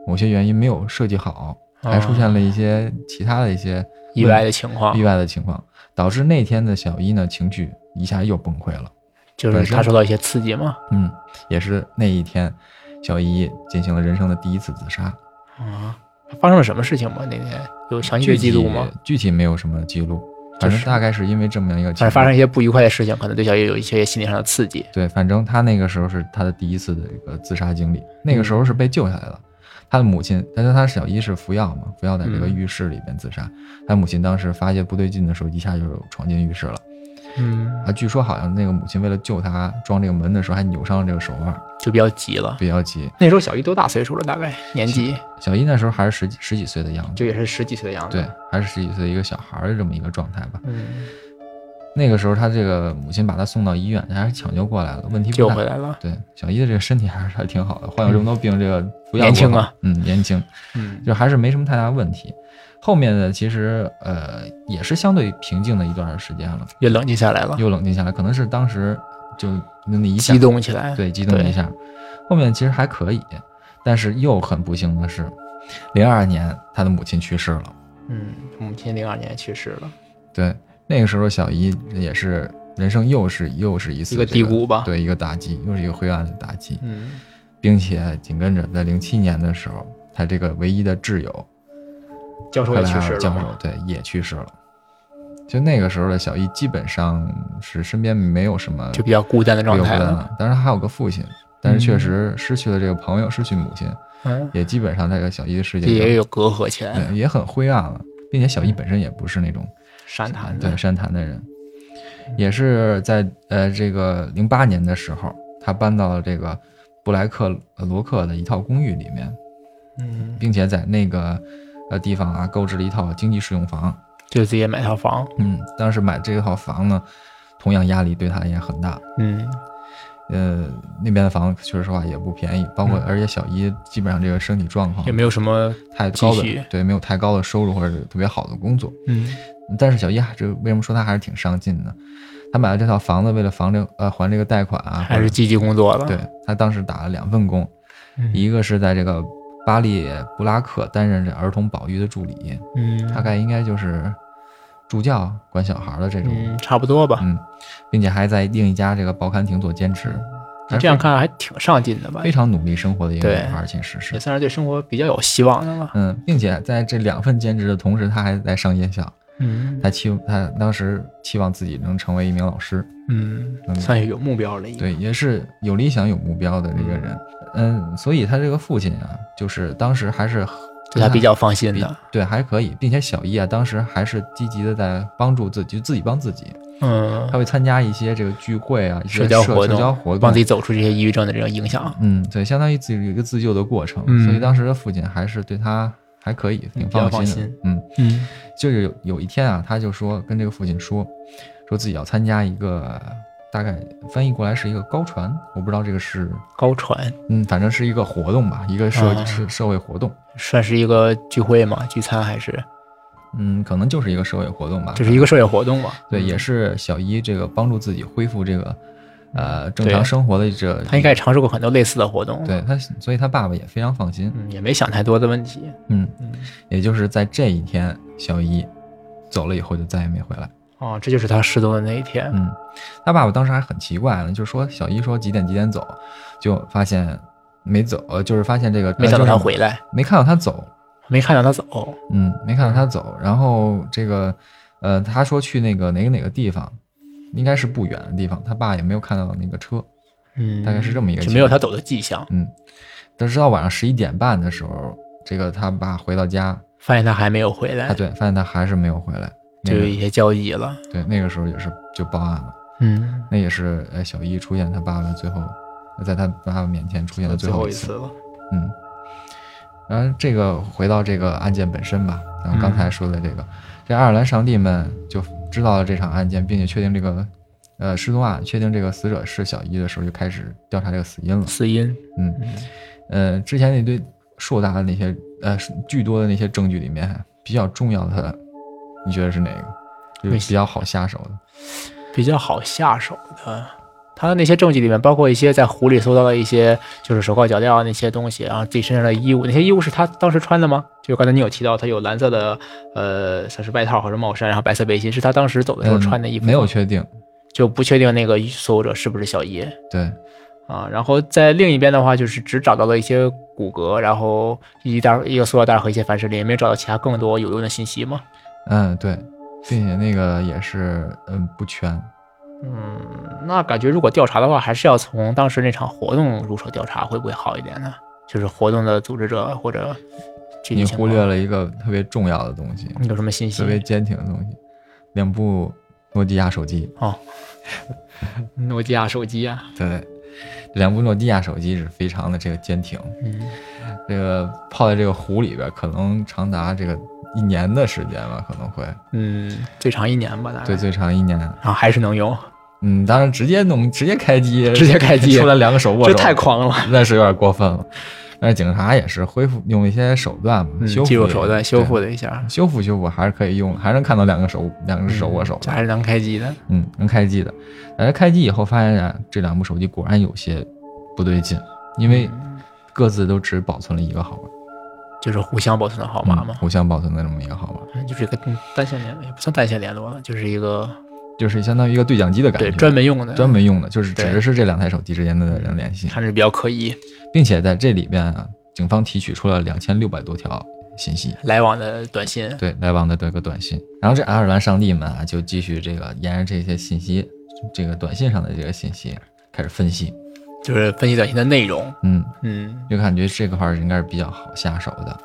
A: 某些原因没有设计好，还出现
B: 嗯
A: 了一些其他的一些
B: 意外的情况
A: 意，外的情况，导致那天的小伊呢情绪一下又崩溃了。
B: 就
A: 本
B: 是
A: 身
B: 他受到一些刺激嘛。
A: 嗯，也是那一天，小伊进行了人生的第一次自杀。
B: 啊，发生了什么事情吗？那天有详细
A: 嗯
B: 的
A: 具
B: 记
A: 体
B: 录吗？？
A: 具体没有什么记录，反正
B: 就是
A: 大概是因为这么样一个情
B: 反正
A: 况。
B: 发生一些不愉快的事情，可能对小叶有一些心理上的刺激。
A: 对，反正他那个时候是他的第一次的一个自杀经历，那
B: 嗯
A: 个时候是被救下来了。他的母亲，但是他小姨是服药嘛，服药在这个
B: 嗯
A: 浴室里边自杀。他母亲当时发现不对劲的时候，一下就闯进浴室了。
B: 嗯，
A: 啊，据说好像那个母亲为了救他，装这个门的时候还扭伤了这个手腕，
B: 就比较急了。
A: 比较急。
B: 那时候小姨多大岁数了？大概年纪
A: 小姨那时候还是十几十几岁的样子，
B: 就也是十几岁的样子。
A: 对，，还是十几岁的一个小孩儿的这么一个状态吧。
B: 嗯，
A: 那个时候他这个母亲把他送到医院，还是抢救过来了，问题
B: 救
A: 不大
B: 回。来了。
A: 对，小姨的这个身体还是还挺好的，患有这么多病，这个服药
B: 年轻
A: 过后
B: 啊，
A: 嗯，年轻，
B: 嗯，
A: 就还是没什么太大问题。后面的其实呃也是相对平静的一段时间了，
B: 也冷静下来了，
A: 又冷静下来，可能是当时就那那一下
B: 啊激动起来。
A: 对激动一下，后面其实还可以，但是又很不幸的是，零二年他的母亲去世了。
B: 嗯，母亲零二年去世了，
A: 对，那个时候小姨也是人生又是又是一次、
B: 一个低谷吧。，
A: 对一个打击，又是一个灰暗的打击。
B: 嗯，
A: 并且紧跟着在零七年的时候，他这个唯一的挚友
B: 教授
A: 克
B: 也
A: 莱
B: 去世
A: 尔
B: 了。
A: 教授，对也去世了。就那个时候的小伊基本上是身边没有什么
B: 就比较孤单的
A: 有
B: 状
A: 孤
B: 态
A: 单
B: 了。
A: 了，当然还有个父亲，但是确实失去了这个朋友，失去母亲，
B: 嗯，
A: 也基本上在这个小伊的世界
B: 也
A: 里
B: 有隔阂起来，
A: 对也很灰暗了，并且小伊本身也不是那种
B: 山潭
A: 对
B: 的。
A: 山潭的人，也是在呃这个零八年的时候，他搬到了这个布莱克呃罗克的一套公寓里面，
B: 嗯，
A: 并且在那个呃地方啊购置了一套经济适用房。
B: 就自己也买套房。
A: 嗯，当时买这套房呢，同样压力对他也很大。
B: 嗯，
A: 呃，那边的房说实话也不便宜，包括
B: 嗯
A: 而且小姨基本上这个身体状况
B: 也没有什么。
A: 太高
B: 积蓄
A: 的，对，没有太高的收入或者特别好的工作。
B: 嗯，
A: 但是小姨还这为什么说她还是挺上进的？她买了这套房子，为了房这呃还这个贷款啊，
B: 还
A: 或
B: 是
A: 者
B: 积极工作了。
A: 对她当时打了两份工，
B: 嗯，
A: 一个是在这个巴利布拉克担任这儿童保育的助理，
B: 嗯，
A: 大概应该就是助教管小孩儿的这种，
B: 嗯，差不多吧。
A: 嗯，并且还在另一家这个报刊亭做兼职，还
B: 你
A: 是
B: 这样看还挺上进的吧
A: 非，常努力生活的一个
B: 对
A: 女孩儿，其实是
B: 也，算是对生活比较有希望的了。
A: 嗯，并且在这两份兼职的同时，她还在上夜校，
B: 嗯
A: 她期她当时期望自己能成为一名老师，嗯
B: 嗯，算是有目标了。，
A: 对，也是有理想有目标的这个人，嗯，所以她这个父亲啊，就是当时还是
B: 对他比。较放心
A: 比
B: 的。
A: 对，还可以，并且小易啊，当时还是积极的在帮助自己，就自己帮自己。
B: 嗯
A: 他，会参加一些这个聚会啊，一些
B: 社交
A: 社
B: 活动，
A: 社交活
B: 帮
A: 动
B: 自己，走出这些抑郁症的这种影响，
A: 嗯，对，相当于自己有一个自救的过程。
B: 嗯
A: 所以当时的父亲还是对他还可以，挺
B: 比较
A: 放心的。
B: 放心
A: 嗯，
B: 嗯，
A: 就是有有一天啊，他就说跟这个父亲说，说自己要参加一个大概翻译过来是一个高船，我不知道这个是，
B: 高船
A: 嗯，反正是一个活动吧，一个社
B: 啊
A: 社、社会活动，
B: 算是一个聚会嘛，聚餐还是
A: 嗯，可能就是一个社会活动吧，
B: 就是一个社会活动嘛？
A: 对，也
B: 是。
A: 是小一这个帮助自己恢复这个呃正常生活的这，
B: 嗯他应该也尝试过很多类似的活动，，
A: 对他，所以他爸爸也非常放心，
B: 嗯，也没想太多的问题，
A: 嗯，
B: 嗯，
A: 也就是在这一天，小一走了以后就再也没回来。
B: 哦，这就是他失踪的那一天，
A: 嗯，他爸爸当时还很奇怪呢，就说小一说几点几点走，就发现没走，呃就是发现这个
B: 没想到他，
A: 呃
B: 回来，
A: 就是没看到他走，
B: 没看到他走，
A: 嗯，没看到他走。然后这个，呃，他说去那个哪个哪个地方，应该是不远的地方，他爸也没有看到那个车，
B: 嗯，
A: 大概是这么一个
B: 就
A: 情
B: 没有
A: 况
B: 他走的迹象，
A: 嗯，但直到晚上十一点半的时候，这个他爸回到家，
B: 发现他还没有回来
A: 啊，，对，发现他还是没有回来，那
B: 哎就有
A: 个
B: 一些交易了，
A: 对，那个时候也是就报案了，
B: 嗯，
A: 那也是呃小一出现他爸爸最后，在他爸爸面前出现的最
B: 最
A: 后
B: 后
A: 一
B: 一
A: 次，
B: 次了，
A: 嗯，然后这个回到这个案件本身吧，
B: 嗯
A: 然后刚才说的这个，这爱尔兰上帝们就知道了这场案件，并且确定这个呃失踪案，确定这个死者是小一的时候，就开始调查这个死因了。
B: 死因，
A: 嗯，
B: 嗯，
A: 呃，之前那堆硕大的那些呃巨多的那些证据里面，比较重要的，你觉得是哪个？就是
B: 没
A: 比较好下手的。
B: 比较好下手的。他的那些证据里面，包括一些在湖里搜到的一些，就是手铐脚镣啊那些东西，然后自己身上的衣物，那些衣物是他当时穿的吗？就刚才你有提到，他有蓝色的，呃，算是外套或者帽衫，然后白色背心，是他当时走的时候
A: 嗯
B: 穿的衣服吗、
A: 没有确定。
B: 就不确定那个所有者是不是小叶
A: 对，
B: 啊。然后在另一边的话，就是只找到了一些骨骼，然后一袋一个塑料袋和一些凡士林，也没有找到其他更多有用的信息嘛。
A: 嗯对，并且那个也是嗯不全。
B: 嗯，那感觉如果调查的话，还是要从当时那场活动入手调查，会不会好一点呢？就是活动的组织者或者具体
A: 你
B: 情
A: 忽
B: 况
A: 略了一个特别重要的东西，
B: 有什么信息
A: 特？别坚挺的东西，两部诺基亚手机。
B: 哦诺基亚手机啊，
A: 对，两部诺基亚手机是非常的这个坚挺，
B: 嗯，
A: 这个泡在这个湖里边，可能长达这个一年的时间吧，可能会
B: 嗯，最长一年吧，大概。
A: 对最长一年。
B: 然后还是能用，
A: 嗯，当然直接弄，直接开机，
B: 直接开机
A: 出来两个手握
B: 这
A: 手，
B: 太狂了。
A: 那是有点过分了。但是警察也是恢复用一些手段嘛，
B: 嗯，
A: 修复
B: 技术
A: 也
B: 手段修复了一下
A: 对，修复修复还是可以用，还能看到两个手两个手握手
B: 嗯这
A: 的，
B: 还是能开机的。
A: 嗯，能开机的。但是开机以后发现啊，这两部手机果然有些不对劲，因为
B: 嗯
A: 各自都只保存了一个号码，
B: 就是互相保存的号码
A: 嗯
B: 嘛，
A: 互相保存的这么一个号码，
B: 嗯就是一个嗯单线联，也不算单线联络了，就是一个
A: 就是相当于一个对讲机的感
B: 对
A: 觉，
B: 专门用的，
A: 专门用的，就是
B: 对
A: 只是这两台手机之间的人联系。
B: 看着比较可疑，
A: 并且在这里边啊，警方提取出了两千六百多条信息，
B: 来往的短信，
A: 对来往的这个短信。然后这爱尔兰上帝们啊，就继续这个沿着这些信息，这个短信上的这个信息开始分析，
B: 就是分析短信的内容，
A: 嗯，
B: 嗯，
A: 就感觉这块儿应该是比较好下手的。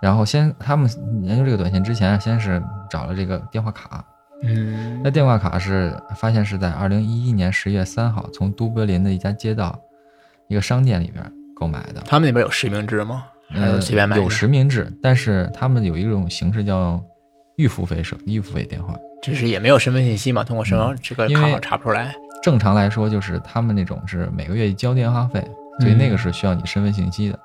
A: 然后先他们研究这个短信之前啊，先是找了这个电话卡，
B: 嗯
A: 那电话卡是发现是在二零一一年十月三号从都柏林的一家街道一个商店里边购买的。
B: 他们那边有实名制吗？还
A: 呃
B: 是随便买的？
A: 有实名制，但是他们有一种形式叫预付费手预付费电话。
B: 就是也没有身份信息嘛，通过身份这个
A: 嗯因
B: 卡
A: 为
B: 号查不出来，
A: 正常来说，就是他们那种是每个月交电话费，所以
B: 嗯
A: 那个是需要你身份信息的，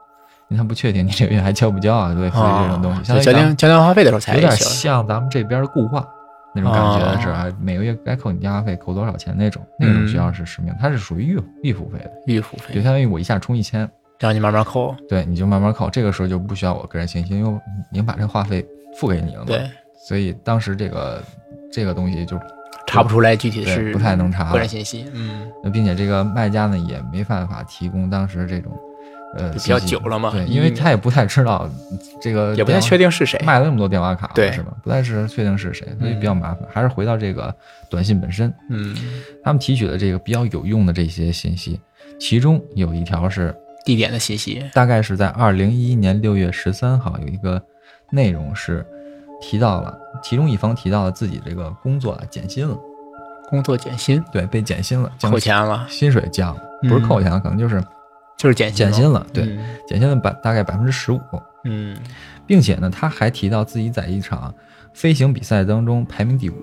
A: 因为他不确定你这个月还交不交啊，对，所以这种东西，相
B: 所以交
A: 当
B: 电
A: 于
B: 交电话费的时候才
A: 咱们有点
B: 行，
A: 像咱们这边的固话那种感觉
B: 哦
A: 是吧？每个月该扣你电话费扣多少钱那种，那种
B: 嗯
A: 需要是实名，它是属于预预付费的，
B: 预付
A: 就
B: 费
A: 相当于我一下充一千，
B: 让你慢慢扣，
A: 对，你就慢慢扣，这个时候就不需要我个人信息，因为我已经把这个话费付给你了嘛。
B: 对，
A: 所以当时这个这个东西就，
B: 查不出来具体
A: 对
B: 是
A: 不太能查
B: 个人信息，嗯，
A: 并且这个卖家呢也没办法提供当时这种，呃，
B: 就比较
A: 信息
B: 久了嘛
A: 对，
B: 11
A: 因为他也不太知道这个，
B: 也不太确
A: 定
B: 定是谁，
A: 卖了那么多电话卡，
B: 对
A: 是吧？不太是确定是谁，所以比较麻烦。还是回到这个短信本身，
B: 嗯，
A: 他们提取的这个比较有用的这些信息，其中有一条是
B: 地点的信息，
A: 大概是在二零一一年六月十三号，有一个内容是提到了，其中一方提到了自己这个工作啊减薪了，
B: 工作减薪，
A: 对，被减薪了，降
B: 扣钱了，
A: 薪水降了，不是扣钱了，啊可能就是
B: 就是减薪
A: 减
B: 吗
A: 薪了，对，
B: 嗯
A: 减薪了百大概百分之十五，
B: 嗯，
A: 并且呢，他还提到自己在一场飞行比赛当中排名第五，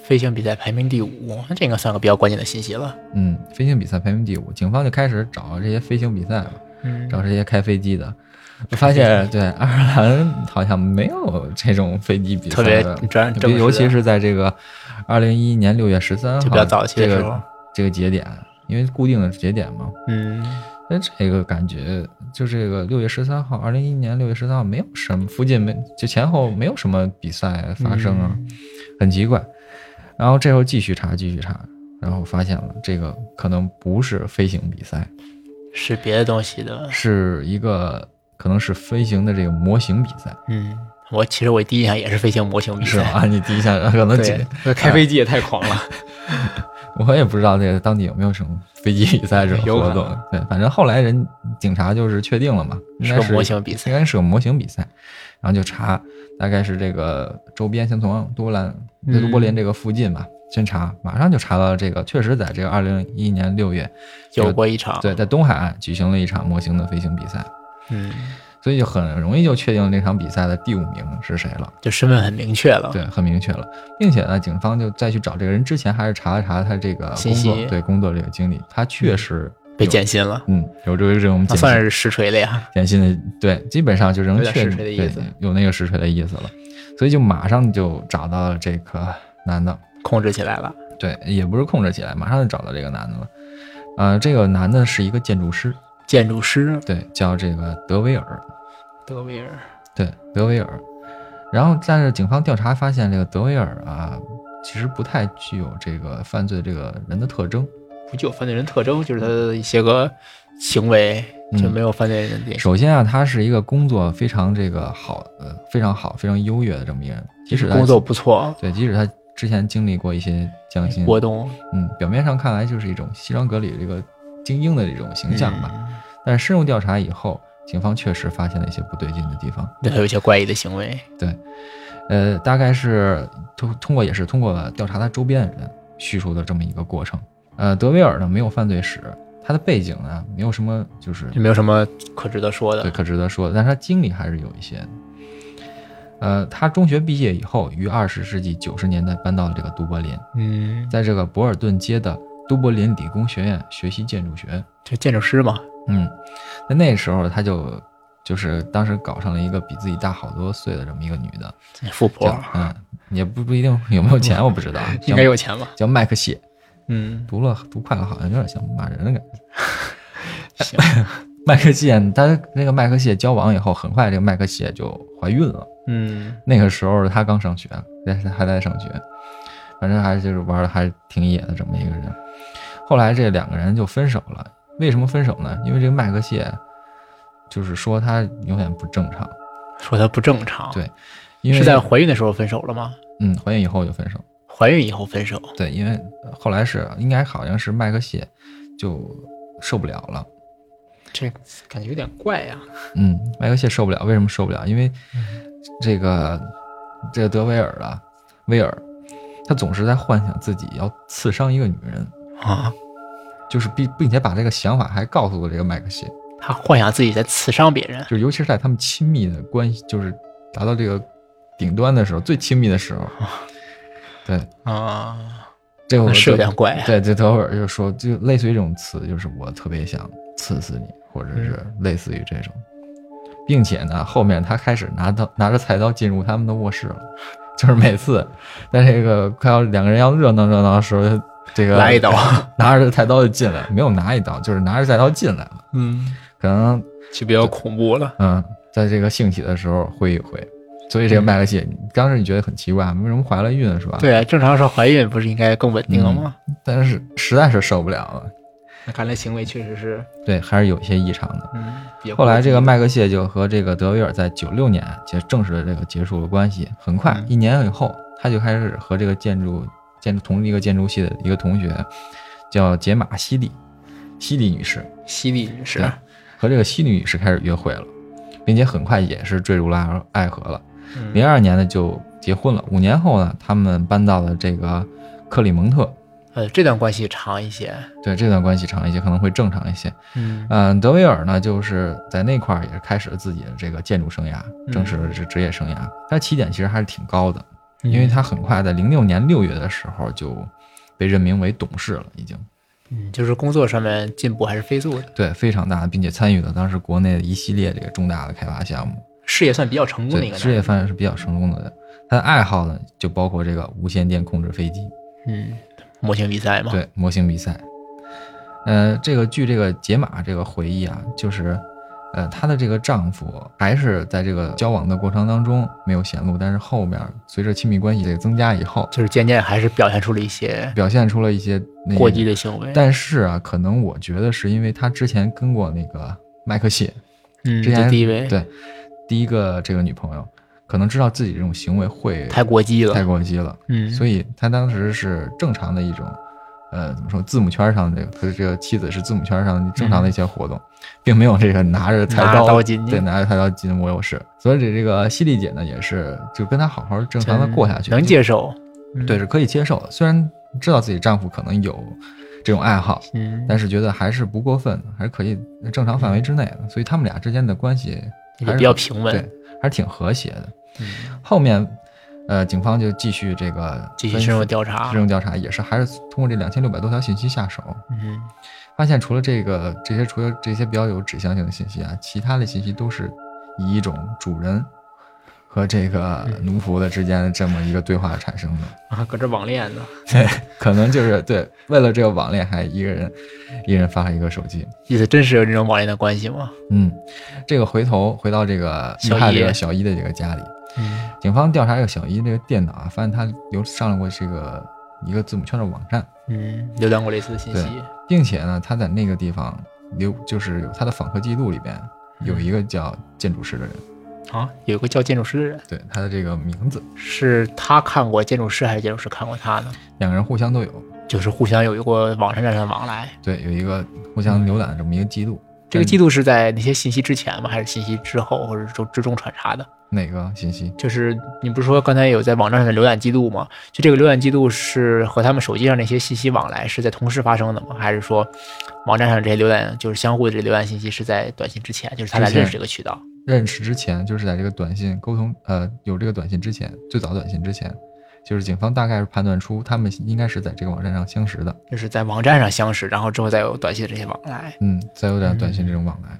B: 飞行比赛排名第五，那这应该算个比较关键的信息了。
A: 嗯，飞行比赛排名第五，警方就开始找这些飞行比赛了，
B: 嗯，
A: 找这些开飞机的。我发现，对爱尔兰好像没有这种飞机比
B: 特
A: 赛
B: 别
A: 的，
B: 专，
A: 尤
B: 正
A: 尤其
B: 式
A: 是在这个二零一一年六月十三号
B: 的就比较早期
A: 这
B: 的时
A: 个
B: 候，
A: 这个节点，因为固定的节点嘛。
B: 嗯，
A: 但这个感觉就这个六月十三号，二零一一年六月十三号没有什么附近没就前后没有什么比赛发生啊，
B: 嗯
A: 很奇怪。然后这时候继续查，继续查，然后发现了这个可能不是飞行比赛，
B: 是别的东西的。
A: 是一个可能是飞行的这个模型比赛，
B: 嗯，我其实我第一印象也是飞行模型比
A: 是
B: 赛，
A: 吧？你第一下可能
B: 对嗯
A: 解，，
B: 那开飞机也太狂了。
A: 我也不知道这个当地有没有什么飞机比赛这种活
B: 有
A: 动
B: 可能。
A: 对，反正后来人警察就是确定了嘛，应
B: 是
A: 该
B: 个
A: 是
B: 模型比
A: 应
B: 赛，
A: 该是个模型比赛，然后就查，大概是这个周边，先从都兰、在都柏林这个附近吧，先查，马上就查到这个，确实在这个二零一一年六月，
B: 有过一场。
A: 对，在东海岸举行了一场模型的飞行比赛，
B: 嗯，
A: 所以就很容易就确定这场比赛的第五名是谁了，
B: 就身份很明确了。
A: 对，很明确了，并且呢，警方就再去找这个人之前，还是查了查他这个工
B: 信
A: 作，
B: 息
A: 对工作这个经历，他确实
B: 被
A: 有，
B: 减薪了，
A: 嗯，有这个这种
B: 那
A: 减
B: 算
A: 薪
B: 是实锤了呀。
A: 点心的，对，基本上就能
B: 有点
A: 确
B: 实
A: 定
B: 锤的意
A: 对
B: 思
A: 有那个实锤的意思了，所以就马上就找到了这个男的，
B: 控制起来了，
A: 对，也不是控制起来，马上就找到这个男的了。呃，这个男的是一个建筑师，
B: 建筑师
A: 对，叫这个德维尔，
B: 德维尔，
A: 对，德维尔。然后，但是警方调查发现，这个德维尔啊，其实不太具有这个犯罪这个人的特征。
B: 不具有犯罪人特征，就是他的一些个行为
A: 嗯
B: 就没有犯罪人的典型。
A: 首先啊，他是一个工作非常这个好，呃，非常好，非常优越的这么一个人，即使他
B: 工作不错，
A: 对，即使他之前经历过一些匠心，
B: 波动
A: 嗯，表面上看来就是一种西装革履这个精英的这种形象吧。
B: 嗯
A: 但是深入调查以后，警方确实发现了一些不对劲的地方。
B: 对他有一些怪异的行为。
A: 呃，大概是通通过也是通过调查他周边的人叙述的这么一个过程。呃，德维尔呢没有犯罪史，他的背景呢没有什么就是
B: 就没有什么可值得说
A: 对
B: 的。
A: 可值得说的，但是他经历还是有一些的。呃，他中学毕业以后，于二十世纪九十年代搬到了这个都柏林，
B: 嗯，
A: 在这个博尔顿街的都柏林理工学院学习建筑学。
B: 就建筑师嘛，
A: 嗯，那那时候他就就是当时搞上了一个比自己大好多岁的这么一个女的，
B: 富
A: 叫
B: 婆
A: 嗯，也不不一定有没有钱，我不知道啊，
B: 嗯应该有钱吧？
A: 叫叫麦克谢，
B: 嗯，
A: 读了读快了好像有点像骂人的感觉。
B: 行，
A: 麦克谢，他那个麦克谢交往以后，很快这个麦克谢就怀孕了。
B: 嗯，
A: 那个时候他刚上学，但是还在上学，反正还是就是玩的还是挺野的这么一个人。后来这两个人就分手了，为什么分手呢？因为这个麦克谢，就是说他有点不正常，
B: 说她不正常，
A: 对因为
B: 是在怀孕的时候分手了吗？
A: 嗯怀孕以后就分手，
B: 怀孕以后分手，
A: 对，因为后来是应该好像是麦克谢就受不了了，
B: 这感觉有点怪啊呀、
A: 嗯，麦克谢受不了，为什么受不了？因为这个这个德维尔啊，威尔，他总是在幻想自己要刺伤一个女人。
B: 啊！
A: 就是并并且把这个想法还告诉了这个麦克谢，
B: 她幻想自己在刺伤别人，
A: 就是尤其是在他们亲密的关系，就是达到这个顶端的时候，最亲密的时候，对，
B: 啊，
A: 这我
B: 是有点怪啊呀、
A: 对，这德会尔就说，就类似于这种词，就是我特别想刺死你，或者是
B: 嗯
A: 类似于这种，并且呢，后面他开始拿刀拿着菜刀进入他们的卧室了，就是每次在这个快要两个人要热闹热闹的时候，这个
B: 来一刀，
A: 拿着菜刀就进来，没有拿一刀，就是拿着菜刀进来了，
B: 嗯，
A: 可能
B: 就比较恐怖了。
A: 嗯，在这个兴起的时候挥一挥。所以这个麦克谢，当时你觉得很奇怪，为什么怀了孕是吧？，
B: 嗯对，正常说怀孕不是应该更稳定了吗？
A: 但是实在是受不了了，
B: 嗯那看来行为确实是，
A: 对，还是有一些异常的。
B: 嗯，比较
A: 后来这个
B: 过激
A: 麦克谢就和这个德维尔在九六年结正式的这个结束了关系，很快
B: 嗯
A: 一年以后，他就开始和这个建筑建筑同一个建筑系的一个同学，叫杰玛西利，西利女士，
B: 犀利女士
A: 对，和这个西利女士开始约会了，并且很快也是坠入了爱爱河了。
B: 嗯
A: 零二年呢就结婚了，五年后呢，他们搬到了这个克里蒙特。
B: 呃，这段关系长一些，
A: 对这段关系长一些，可能会正常一些。
B: 嗯
A: 嗯，德维尔呢，就是在那块儿也是开始了自己的这个建筑生涯，
B: 嗯嗯
A: 正式的职职业生涯。他起点其实还是挺高的，因为他很快在零六年六月的时候就被任命为董事了，已经
B: 嗯，就是工作上面进步还是飞速的，
A: 对非常大，并且参与了当时国内一系列这个重大的开发项目，
B: 事业算比较成功的一
A: 对
B: 个
A: 事业
B: 男人
A: 发展是比较成功的。他的爱好呢，就包括这个无线电控制飞机，
B: 嗯，模型比赛嘛，
A: 对模型比赛。呃，这个据这个解码这个回忆啊，就是，呃，她的这个丈夫还是在这个交往的过程当中没有显露，但是后面随着亲密关系这个增加以后，
B: 就是渐渐还是表现出了一些
A: 表现出了一些那个
B: 过激的行为，
A: 但是啊，可能我觉得是因为她之前跟过那个麦克谢
B: 嗯，
A: 之前
B: 这地位
A: 对第一个这个女朋友，可能知道自己这种行为会
B: 太过激
A: 太
B: 了，
A: 过激了，
B: 嗯，
A: 所
B: 以
A: 以她当时是正常的一种，呃，怎么说，字母圈上的她的这个妻子是字母圈上正常的一些活动， 并没有这个拿着菜
B: 嗯拿着
A: 刀。
B: 刀进去
A: 对，拿着菜刀进我有事，所以这个犀利姐呢，也是就跟她好好正常的过下去，
B: 能接受，嗯
A: 对，是可以接受的。虽然知道自己丈夫可能有这种爱好，
B: 嗯，
A: 但是觉得还是不过分，还是可以正常范围之内的，所以他们俩之间的关系还
B: 也
A: 是
B: 比较平稳，
A: 对，还是挺和谐的。
B: 嗯，
A: 后面，呃，警方就继续这个
B: 继续
A: 分析
B: 深入调查
A: 深，入调查，也是还是通过这两千六百多条信息下手，
B: 嗯，
A: 发现除了这个这些除了这些比较有指向性的信息啊，其他的信息都是以一种主人和这个
B: 嗯
A: 奴仆的之间的这么一个对话产生的。
B: 啊，搁这网恋呢，
A: 可能就是对，为了这个网恋，还一个人一人发了一个手机。
B: 意思真是有这种网恋的关系吗？
A: 嗯，这个回头回到这个遇
B: 小
A: 害
B: 一
A: 这个小一的这个家里，
B: 嗯
A: 警方调查这个小一这个电脑啊，发现他有上过这个一个字母圈的网站，
B: 嗯，浏览过类似的信息，
A: 并且呢，他在那个地方留，就是有他的访客记录里边有一个叫建筑师的人，
B: 啊，有个叫建筑师的人，
A: 对他的这个名字，
B: 是他看过建筑师，还是建筑师看过他呢？
A: 两个人互相都有，
B: 就是互相有过网站上的往来。
A: 对，有一个互相浏览的这么一个记录。
B: 这个记录是在那些信息之前吗？还是信息之后，或者说之中穿插的？
A: 哪个信息？
B: 就是你不是说刚才有在网站上的浏览记录吗？就这个浏览记录是和他们手机上那些信息往来是在同时发生的吗？还是说网站上这些浏览就是相互的这些浏览信息是在短信之前，就是他俩
A: 之前
B: 认识这个渠道？
A: 认识之前，就是在这个短信沟通，呃，有这个短信之前，最早短信之前，就是警方大概是判断出他们应该是在这个网站上相识的，
B: 就是在网站上相识，然后之后再有短信的这些往来。
A: 嗯，再有点短信这种往来。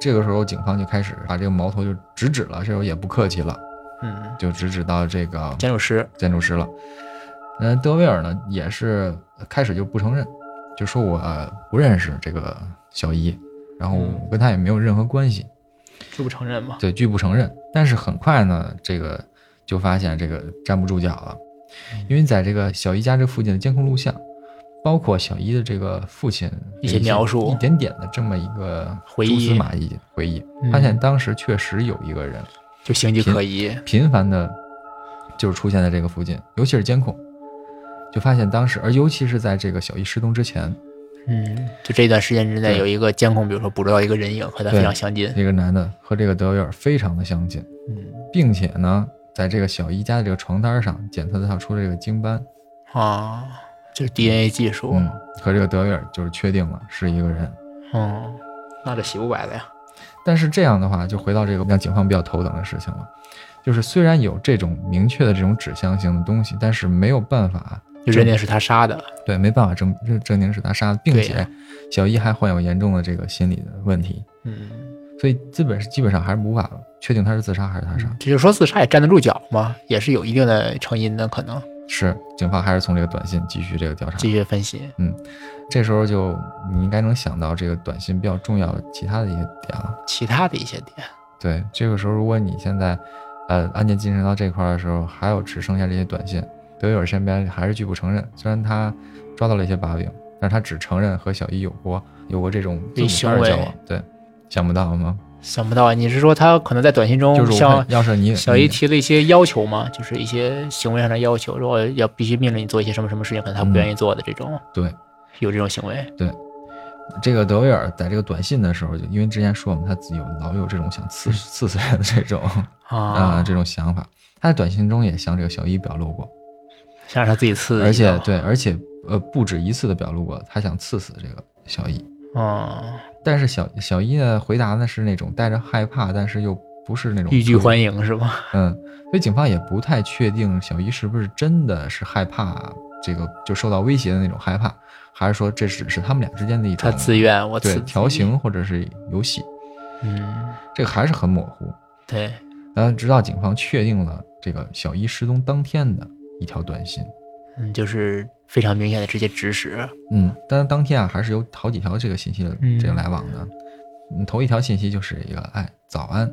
A: 这个时候，警方就开始把这个矛头就直指了，这时候也不客气了，
B: 嗯，
A: 就直指到这个
B: 建筑师，
A: 建筑师了。嗯、德威尔呢也是开始就不承认，就说我、呃不认识这个小伊，然后
B: 嗯
A: 我跟他也没有任何关系。
B: 就不承认吗？
A: 对，拒不承认。但是很快呢，这个就发现这个站不住脚了，
B: 嗯
A: 因为在这个小姨家这附近的监控录像，包括小姨的这个父亲
B: 一
A: 的
B: 些描述
A: 一点点的这么一个
B: 回
A: 蛛丝
B: 忆
A: 马迹回忆，
B: 嗯
A: 发现当时确实有一个人
B: 就形迹
A: 行
B: 可疑。
A: 频繁的，就是出现在这个附近，尤其是监控，就发现当时，而尤其是在这个小姨失踪之前，
B: 嗯，就这段时间之内
A: 对
B: 有一个监控，比如说捕捉到一个人影和他
A: 对
B: 非常相近。
A: 这个男的和这个德维尔非常的相近。
B: 嗯
A: 并且呢，在这个小姨家的这个床单上检测到出了这个精斑，
B: 啊，就是 DNA 技术。
A: 嗯，和这个德维尔就是确定了是一个人。
B: 嗯，那这洗不白了呀。
A: 但是这样的话，就回到这个让警方比较头疼的事情了，就是虽然有这种明确的这种指向性的东西，但是没有办法，
B: 就认定是他杀的，
A: 对，没办法证证证明是他杀的，并
B: 对
A: 且
B: 呀
A: 小姨还患有严重的这个心理的问题，
B: 嗯，
A: 所以基本基本上还是无法确定他是自杀还是他杀。
B: 这就是说自杀也站得住脚嘛，也是有一定的成因的可能。
A: 是，警方还是从这个短信继续这个调查。
B: 嗯继续分析，
A: 这时候就你应该能想到这个短信比较重要的其他的一些点了。
B: 其他的一些点，
A: 对，这个时候如果你现在，呃，案件进行到这块儿的时候，还有只剩下这些短信，德友身边还是拒不承认。虽然他抓到了一些把柄，但是他只承认和小伊有过有过这种字
B: 这
A: 母圈的
B: 行
A: 交
B: 为
A: 往。对，想不到吗？
B: 想不到啊你是说他可能在短信中
A: 就是我
B: 向
A: 看要嗯是你
B: 哦小姨
A: 你
B: 提了一些要求吗？就是一些行为上的要求，如果要必须命令你做一些什么什么事情，可
A: 嗯
B: 能他不愿意做的这种，
A: 对
B: 有这种行为，
A: 这个德维尔在这个短信的时候，就因为之前说我们他自己有老有这种想刺刺死人的这种啊、
B: 嗯啊，
A: 这种想法，他在短信中也向这个小伊 E 表露过。
B: 想让他自己刺激，
A: 而且，对，而且呃不止一次的表露过他想刺死这个小伊，E
B: 嗯，
A: 但是小小伊呢回答呢是那种带着害怕，但是又不是那种
B: 欲拒
A: 催
B: 还迎是吧？
A: 嗯，所以警方也不太确定小 E 伊是不是真的是害怕这个就受到威胁的那种害怕，还是说这只是他们俩之间的一
B: 他
A: 种
B: 自愿，我
A: 对
B: 自
A: 调，情或者是游戏，
B: 嗯，
A: 这个还是很模糊。
B: 对，
A: 然后直到警方确定了这个小伊失踪当天的一条短信，
B: 嗯，就是非常明显的直接指使，
A: 嗯，当然当天啊还是有好几条这个信息的
B: 嗯
A: 这个来往的。嗯，头一条信息就是一个哎早安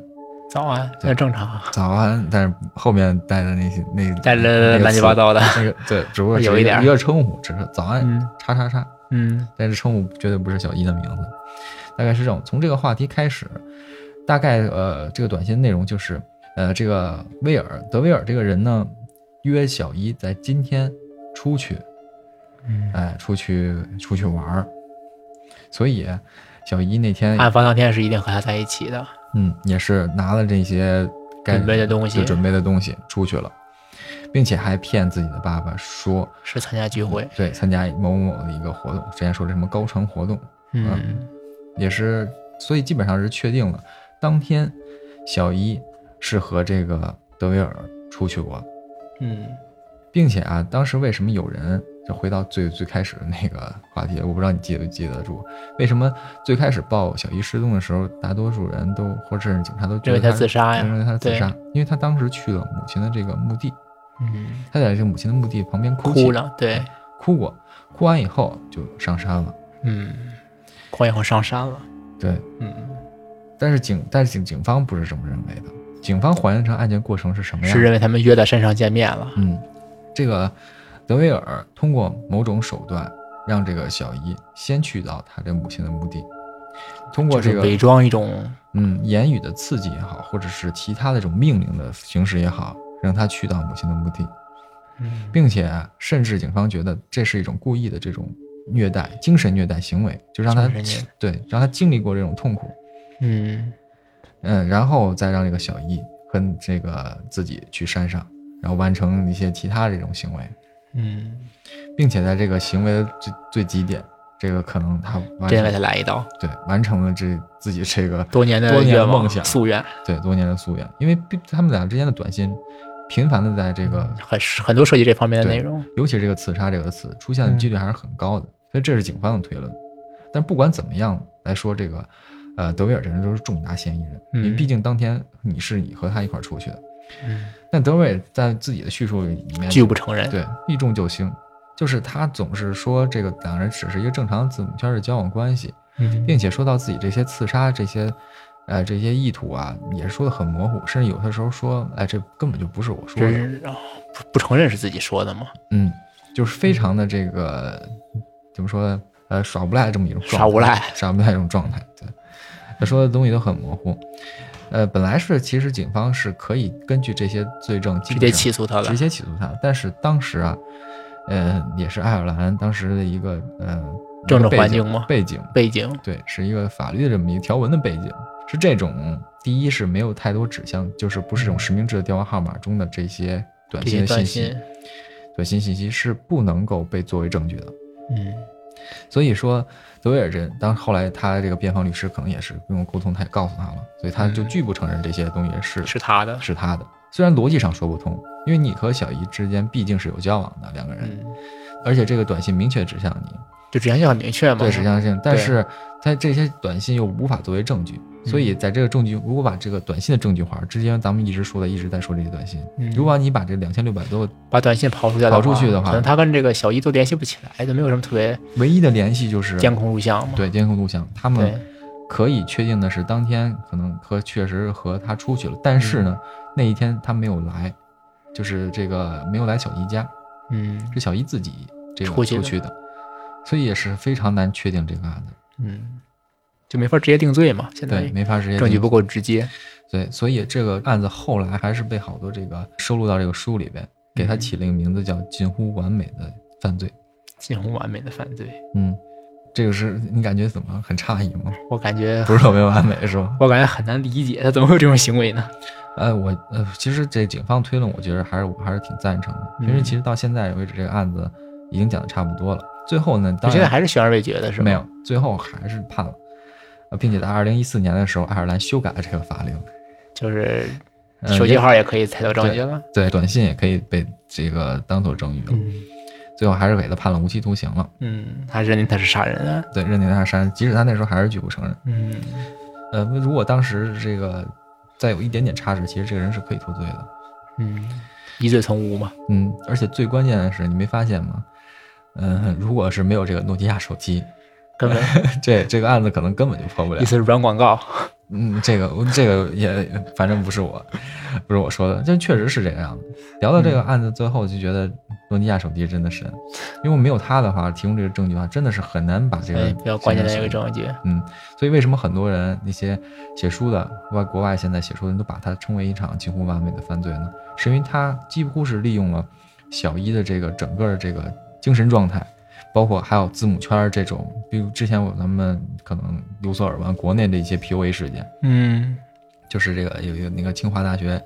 B: 早安，
A: 对
B: 那正常啊，
A: 早安，但是后面带的那些那
B: 带了
A: 那个
B: 乱七八
A: 词
B: 糟的，
A: 那个对，只不过
B: 有
A: 只是
B: 一点儿
A: 一个称呼，只是早安
B: 嗯
A: 叉叉叉，
B: 嗯
A: 但是称呼绝对不是小一的名字，大概是这种。从这个话题开始，大概呃，这个短信内容就是，呃，这个威尔德威尔这个人呢，约小一在今天出去，
B: 嗯，
A: 哎，出去出去玩儿，所以小一那天
B: 案发当天是一定和他在一起的，
A: 嗯，也是拿了这些该
B: 准备的东西
A: 就准备的东西出去了，并且还骗自己的爸爸说
B: 是参加聚会，
A: 对，参加某某某的一个活动，之前说的什么高程活动，
B: 嗯，
A: 也是，所以基本上是确定了，当天小伊是和这个德维尔出去过，
B: 嗯，
A: 并且啊，当时为什么有人就回到最最开始的那个话题，我不知道你记不记得住，为什么最开始报小伊失踪的时候，大多数人都或者是警察都觉
B: 认为
A: 得
B: 他自杀
A: 认
B: 呀，
A: 为他是自
B: 对
A: 杀，因为他当时去了母亲的这个墓地，
B: 嗯，
A: 他在这个母亲的墓地旁边哭泣
B: 哭了，对，
A: 哭过，哭完以后就上山了。
B: 嗯，哭完以后上山了，
A: 对，
B: 嗯，
A: 但是警但是警警方不是这么认为的，警方还原成案件过程是什么样
B: 是
A: 的？
B: 认为他们约在山上见面了，
A: 嗯，这个德维尔通过某种手段让这个小姨先去到他这母亲的墓地，通过
B: 就
A: 这
B: 是
A: 个
B: 伪装一种，
A: 嗯言语的刺激也好，或者是其他的这种命令的形式也好，让他去到母亲的墓地，
B: 嗯，
A: 并且甚至警方觉得这是一种故意的这种虐待、精神虐待行为，就让他
B: 精神虐待
A: 对让他经历过这种痛苦。
B: 嗯，
A: 嗯，然后再让这个小易跟这个自己去山上，然后完成一些其他这种行为，
B: 嗯，
A: 并且在这个行为的最最极点，这个可能他完
B: 真为他
A: 成
B: 来一刀，
A: 对完成了这自己这个
B: 多年的
A: 多年的
B: 愿望
A: 梦想
B: 夙愿，
A: 对多年的夙愿，因为毕他们俩之间的短信频繁的在这个，
B: 很很多涉及这方面的
A: 对
B: 内容，
A: 尤其这个刺杀这个词出现的几率还是很高的，所以这是警方的推论。但不管怎么样来说，这个呃德维尔这人都是重大嫌疑人，因为
B: 嗯
A: 毕竟当天你是你和他一块儿出去的。
B: 嗯，
A: 但德伟在自己的叙述里面
B: 拒不承认，
A: 对避重就轻，就是他总是说这个两人只是一个正常字母圈的交往关系，
B: 嗯，
A: 并且说到自己这些刺杀这些，呃这些意图啊，也是说的很模糊，甚至有的时候说，哎，这根本就不是我说
B: 这
A: 的，
B: 是哦不不承认是自己说的吗？
A: 嗯，就是非常的这个怎么说呢？呃，耍无赖这么一种状态，
B: 耍无赖，
A: 耍无赖这种状态，对，他说的东西都很模糊。呃，本来是其实警方是可以根据这些罪证基本
B: 直接
A: 上
B: 起诉他了
A: 直，接起诉他。但是当时啊，呃，也是爱尔兰当时的一个呃
B: 政治
A: 一个背
B: 环境吗
A: 背景
B: 背景，
A: 对，是一个法律的这么一个条文的背景，是这种第一是没有太多指向，就是不是这种实名制的电话号码中的这些短
B: 这
A: 信
B: 些
A: 的信
B: 短
A: 息
B: 信，，
A: 短信信息是不能够被作为证据的。
B: 嗯，
A: 所以说，德维尔这当后来他这个辩方律师可能也是用沟通，他也告诉他了，所以他就
B: 嗯
A: 拒不承认这些东西是
B: 是他的，
A: 是他的。虽然逻辑上说不通，因为你和小姨之间毕竟是有交往的两个人，
B: 嗯，
A: 而且这个短信明确指向你，
B: 就指向性很明确嘛，
A: 对指向性，但
B: 对嗯
A: 是它这些短信又无法作为证据，所以在这个证据，如果把这个短信的证据化，之前咱们一直说的，一直在说这些短信，
B: 嗯
A: 如果你把这两千六百多
B: 把短信刨出去的
A: 刨出去的话
B: 可能他跟这个小姨都联系不起来，就没有什么特别
A: 唯一的联系就是
B: 监控录像嘛，
A: 对监控录像，他
B: 对
A: 们可以确定的是当天可能和确实和他出去了，但是呢，
B: 嗯
A: 那一天他没有来，就是这个没有来小姨家，
B: 嗯
A: 是小姨自己这个出
B: 出去的
A: 去的，所以也是非常难确定这个案子，
B: 嗯，就没法直接定罪嘛，现在
A: 对，没法直接
B: 证据
A: 定
B: 不够直接，
A: 对，所以这个案子后来还是被好多这个收录到这个书里边，给
B: 嗯
A: 它起了一个名字叫“近乎完美的犯罪
B: 近乎完美的犯罪，”。
A: 嗯，这个是你感觉怎么样？很诧异吗？
B: 我感觉
A: 不是特别完美是吧？
B: 我感觉很难理解他怎么会有这种行为呢？
A: 呃，我呃，其实这警方推论，我觉得还是我还是挺赞成的，因为
B: 嗯
A: 其实到现在为止，这个案子已经讲的差不多了。最后呢，
B: 你
A: 当
B: 现在
A: 然
B: 还是悬而未决的是吗？
A: 没有，，最后还是判了，呃并且在二零一四年的时候，爱尔兰修改了这个法令，
B: 就是
A: 呃
B: 手机号也可以采到证据了。
A: 对短信也可以被这个当做证据了。
B: 嗯
A: 最后还是给他判了无期徒刑了，
B: 嗯，还认定他是杀人啊。
A: 对，认定他是杀人，即使他那时候还是拒不承认。
B: 嗯，
A: 呃，如果当时这个再有一点点差池，其实这个人是可以脱罪的。
B: 嗯，疑罪从无嘛。
A: 嗯，而且最关键的是，你没发现吗？嗯，如果是没有这个诺基亚手机，
B: 根本
A: 这这个案子可能根本就破不了
B: 意。思是软广告。
A: 嗯，这个这个也反正不是我，不是我说的，但确实是这个样子。聊到这
B: 嗯
A: 个案子最后，就觉得诺基亚手机真的神，因为没有它的话，提供这个证据的话，真的是很难把这个
B: 哎，比较关键的一
A: 现
B: 个
A: 在手
B: 证据。
A: 嗯，所以为什么很多人那些写书的外国外现在写书人都把它称为一场近乎完美的犯罪呢？是因为它几乎是利用了小一的这个整个的这个精神状态，包括还有字母圈儿这种，比如之前我咱们可能有所耳闻，国内的一些 PUA 事件，
B: 嗯
A: 就是这个有有那个清华大学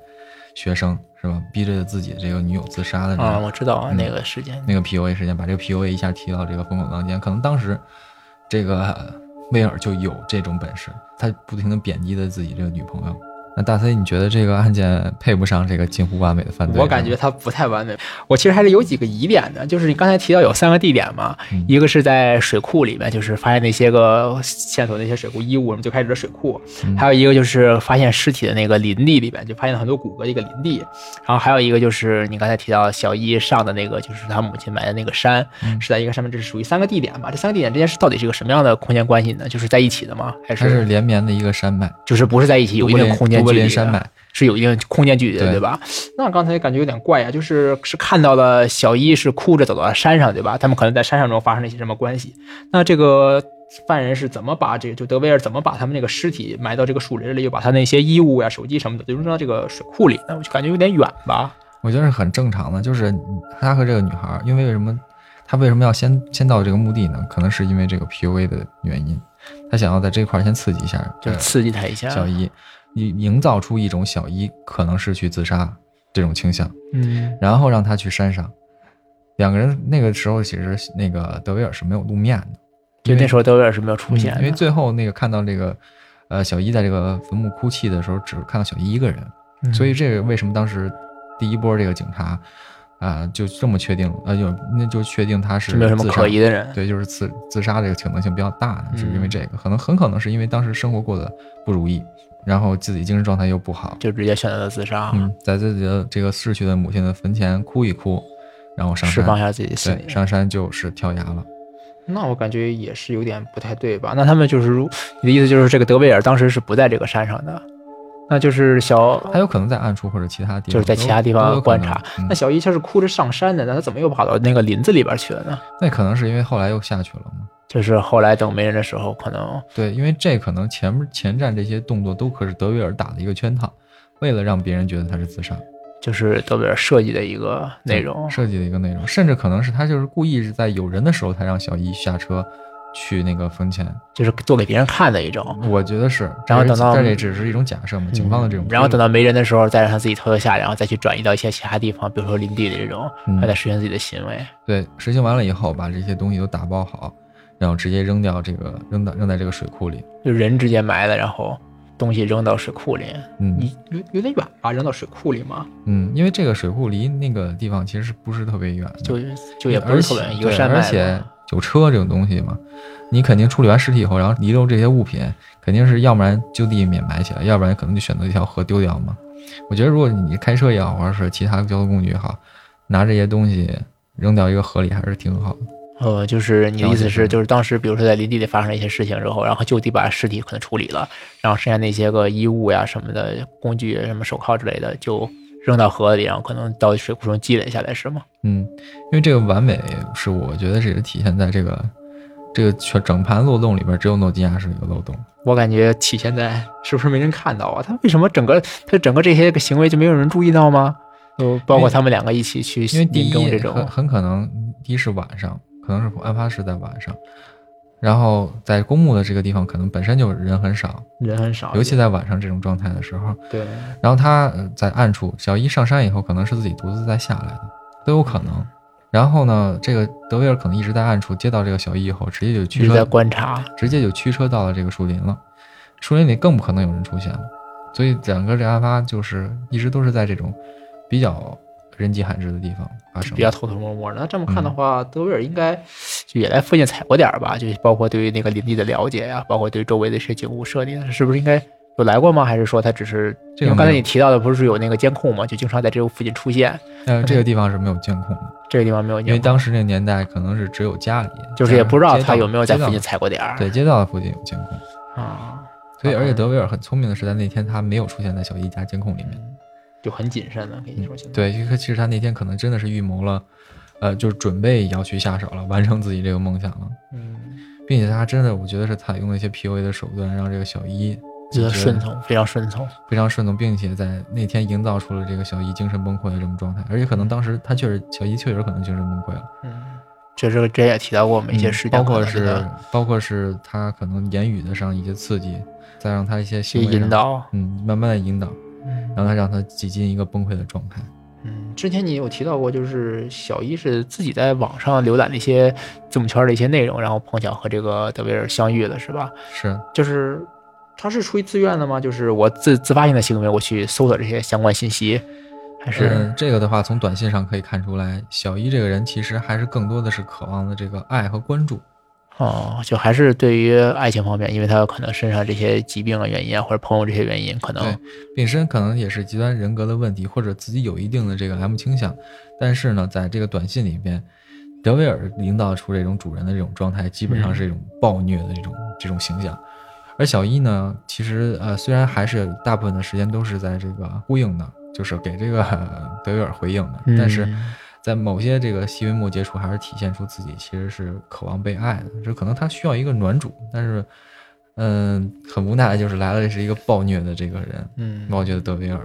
A: 学生是吧，逼着自己这个女友自杀的这
B: 啊，
A: 个
B: 我知道啊，
A: 嗯
B: 那个事件。
A: 那个 PUA 事件，把这个 PUA 一下提到这个风口浪尖，可能当时这个威尔就有这种本事，他不停的贬低的自己这个女朋友。那大 C，你觉得这个案件配不上这个近乎完美的犯罪吗？
B: 我感觉它不太完美。我其实还是有几个疑点的，就是你刚才提到有三个地点嘛，
A: 嗯
B: 一个是在水库里面，就是发现那些个线索那些水库衣物，我们最开始的水库；
A: 嗯
B: 还有一个就是发现尸体的那个林地里面，就发现了很多骨骼的一个林地。然后还有一个就是你刚才提到小一上的那个，就是他母亲埋的那个山，
A: 嗯
B: 是在一个上面，这是属于三个地点嘛？这三个地点之间是到底是一个什么样的空间关系呢？就是在一起的吗？还
A: 它是
B: 是
A: 连绵的一个山脉，
B: 就是不是在一起有一
A: 都柏
B: 定
A: 林
B: 空间
A: 都
B: 距
A: 柏
B: 离啊
A: 林
B: 的？
A: 山脉。
B: 是有一定空间距离的，
A: 对
B: 对吧？那刚才感觉有点怪呀、啊就是是看到了小一是哭着走到了山上，对吧？他们可能在山上中发生了一些什么关系？那这个犯人是怎么把这个就德威尔怎么把他们那个尸体埋到这个树林里，又把他那些衣物呀、啊手机什么的都扔到这个水库里呢？我就感觉有点远吧。
A: 我觉得是很正常的，就是他和这个女孩，因为为什么他为什么要先先到这个墓地呢？可能是因为这个 PUA 的原因，他想要在这块儿先刺激一下，
B: 就
A: 呃
B: 刺激他一下，
A: 小一，你营造出一种小一可能是去自杀这种倾向，
B: 嗯
A: 然后让他去山上。两个人那个时候其实那个德维尔是没有露面的，
B: 就
A: 因为
B: 那时候德威尔是没有出现
A: 嗯
B: 的，
A: 因为最后那个看到这个，呃，小一在这个坟墓哭泣的时候，只看到小一一个人，
B: 嗯
A: 所以这个为什么当时第一波这个警察啊、就这么确定了，呃，就那就确定他是
B: 是没有什么
A: 自杀
B: 可疑的人。
A: 对，就是自自杀这个可能性比较大，
B: 嗯
A: 是因为这个，可能很可能是因为当时生活过得不如意，然后自己精神状态又不好，
B: 就直接选择了自杀，
A: 嗯，在自己的这个逝去的母亲的坟前哭一哭，然后上
B: 释放一
A: 山，
B: 下自己的心理
A: 对，上山就是跳崖了。
B: 那我感觉也是有点不太对吧？那他们就是如你的意思就是这个德维尔当时是不在这个山上的，那就是小
A: 他有可能在暗处或者其他地方，
B: 就是在其他地
A: 都有
B: 方
A: 可
B: 观
A: 能
B: 察。
A: 嗯
B: 那小一他是哭着上山的，那他怎么又跑到那个林子里边去了呢？
A: 那可能是因为后来又下去了嘛。
B: 就是后来等没人的时候，可能
A: 对，因为这可能前面前站这些动作都可是德维尔打的一个圈套，为了让别人觉得他是自杀
B: 就是德维尔设计的一个内容。
A: 设计的一个内容，甚至可能是他就是故意是在有人的时候才让小一下车去那个坟前。
B: 就是做给别人看的一种。
A: 我觉得是，
B: 然后等到
A: 但这只是一种假设嘛，警方的这种
B: 嗯
A: 推论，
B: 然后等到没人的时候，再让他自己偷偷下来，然后再去转移到一些其他地方，比如说林地的这种，
A: 嗯
B: 他在实现自己的行为。
A: 对，实行完了以后，把这些东西都打包好，然后直接扔掉这个扔到扔在这个水库里。
B: 就人直接埋了，然后东西扔到水库里，
A: 嗯
B: 你有有点远吧？扔到水库里嘛，
A: 嗯，因为这个水库离那个地方其实是不是特别远的，
B: 就就也不是特别
A: 而
B: 远
A: 且
B: 一个
A: 对
B: 山脉
A: 而
B: 嘛
A: 且有车这种东西嘛，你肯定处理完尸体以后，然后遗留这些物品，肯定是要不然就地掩埋起来，要不然可能就选择一条河丢掉嘛。我觉得如果你开车也好，或者是其他交通工具也好，拿这些东西扔到一个河里还是挺好的。
B: 呃，就是你的意思
A: 了解
B: 是，就是当时比如说在林地里发生了一些事情之后，然后就地把尸体可能处理了，然后剩下那些个衣物呀什么的工具、什么手铐之类的就扔到河里，然后可能到水库中积累下来，是吗？
A: 嗯，因为这个完美是我觉得这也体现在这个这个全整盘漏洞里边，只有诺基亚是一个漏洞。
B: 我感觉体现在是不是没人看到啊？他为什么整个他整个这些个行为就没有人注意到吗？就包
A: 因为
B: 括他们两个一起去
A: 因为第
B: 林中
A: 一
B: 这
A: 很
B: 种，
A: 很可能第一是晚上，可能是案发是在晚上，然后在公墓的这个地方可能本身就人很少，
B: 人很少，
A: 尤其在晚上这种状态的时候，
B: 对。
A: 然后他呃在暗处，小一上山以后可能是自己独自再下来的，都有可能。然后呢，这个德维尔可能一直在暗处接到这个小一以后，直接就
B: 一
A: 驱
B: 直在
A: 车
B: 观察，
A: 直接就驱车到了这个树林了。树林里更不可能有人出现了，所以整个这案发就是一直都是在这种比较人迹罕啊至的嗯地方发生
B: 比。较偷偷摸摸的。那这么看的话，德维尔应该就也来附近踩过点儿吧？就包括对于那个林地的了解呀、包括对周围的一些景物设定，啊是不是应该有来过吗？还是说他只是
A: 这
B: 因
A: 个
B: 为刚
A: 没
B: 才
A: 有
B: 你提到的不是有那个监控吗？就经常在这个附近出现，
A: 呃，这个地方是没有监控的，
B: 这个地方没有监
A: 因
B: 控，
A: 为当时那个年代可能是只有家里，
B: 就是也不知道
A: 街道
B: 他有没有在
A: 街道
B: 附近踩过点儿。
A: 对街道的附近有监控，
B: 啊，
A: 所以而且
B: 嗯
A: 德维尔很聪明的是，在那天他没有出现在小姨家监控里面。
B: 就很谨慎的，跟你说现在。
A: 嗯对，其实他那天可能真的是预谋了，呃，就是准备要去下手了，完成自己这个梦想了，
B: 嗯，
A: 并且他真的，我觉得是采用了一些 PUA 的手段，让这个小一
B: 觉得顺从，非常顺从。
A: 非常顺从，并且在那天营造出了这个小姨精神崩溃的这种状态，而且可能当时他确实小姨确实可能精神崩溃了，
B: 嗯，这这个之前也提到过我们一些
A: 嗯
B: 事件，
A: 包括
B: 可能这
A: 是
B: 个
A: 包括是他可能言语的上一些刺激，再让他一些
B: 一些
A: 行为
B: 引
A: 上，
B: 导。
A: 嗯，慢慢的引导，
B: 嗯
A: 然后他让他挤进一个崩溃的状态。
B: 嗯，之前你有提到过，就是小一是自己在网上浏览那些字母圈的一些内容，然后碰巧和这个德维尔相遇了，是吧？
A: 是，
B: 就是他是出于自愿的吗？就是我自自发性的行为，我去搜索这些相关信息，还是、
A: 嗯，这个的话，从短信上可以看出来，小一这个人其实还是更多的是渴望的这个爱和关注。
B: 哦，就还是对于爱情方面，因为他可能身上这些疾病的原因啊，或者朋友这些原因，可能
A: 对丙申可能也是极端人格的问题，或者自己有一定的这个 M 倾向，但是呢，在这个短信里边，德维尔营造出这种主人的这种状态，基本上是一种暴虐的这种、这种形象。而小一呢，其实呃，虽然还是有大部分的时间都是在这个呼应的，就是给这个 呃德维尔回应的，但是。
B: 嗯
A: 在某些这个细微末节处，还是体现出自己其实是渴望被爱的。这可能他需要一个暖主，但是，嗯，很无奈的就是来了是一个暴虐的这个人，
B: 嗯，
A: 我觉得德维尔。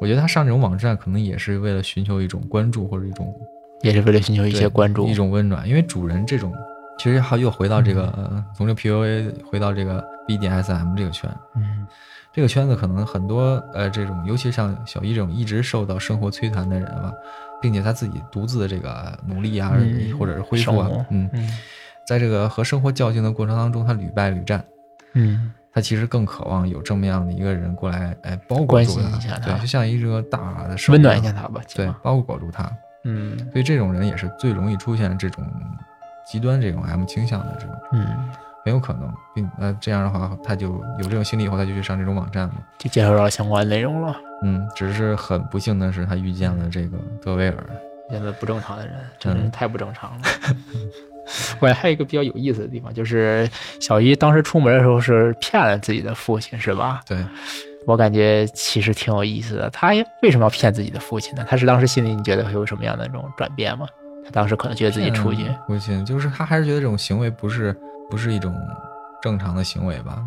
A: 我觉得他上这种网站可能也是为了寻求一种关注或者一种
B: 也是为了寻求一
A: 对
B: 些关注
A: 一。种温暖。因为主人这种，其实还又回到这个、
B: 嗯
A: 呃从这 PUA 回到这个 BDSM 这个圈，
B: 嗯
A: 这个圈子可能很多呃，这种尤其像小一这种一直受到生活摧残的人吧，并且他自己独自的这个努力啊，
B: 嗯
A: 或者是恢复啊
B: 生活，
A: 嗯，
B: 嗯
A: 在这个和生活较劲的过程当中，他屡败屡战，
B: 嗯，
A: 他其实更渴望有这么样的一个人过来，哎，包裹
B: 关
A: 住
B: 心
A: 他，
B: 一下他
A: 对，就像一个大的手
B: 温暖一下
A: 样，
B: 他吧，起
A: 对
B: 码，
A: 包裹住他，
B: 嗯
A: 所以这种人也是最容易出现这种极端这种 M 倾向的这种，
B: 嗯，
A: 很有可能，并呃这样的话，他就有这种心理以后，他就去上这种网站了。
B: 就介绍到相关内容了。
A: 嗯，只是很不幸的是，他遇见了这个德维尔。
B: 现在不正常的人真的是
A: 嗯
B: 太不正常 了。我还有一个比较有意思的地方，就是小一当时出门的时候是骗了自己的父亲，是吧？
A: 对，
B: 我感觉其实挺有意思的。他为什么要骗自己的父亲呢？他是当时心里你觉得会有什么样的那种转变吗？他当时可能觉得自己出去，
A: 嗯父亲就是他还是觉得这种行为不是不是一种正常的行为吧？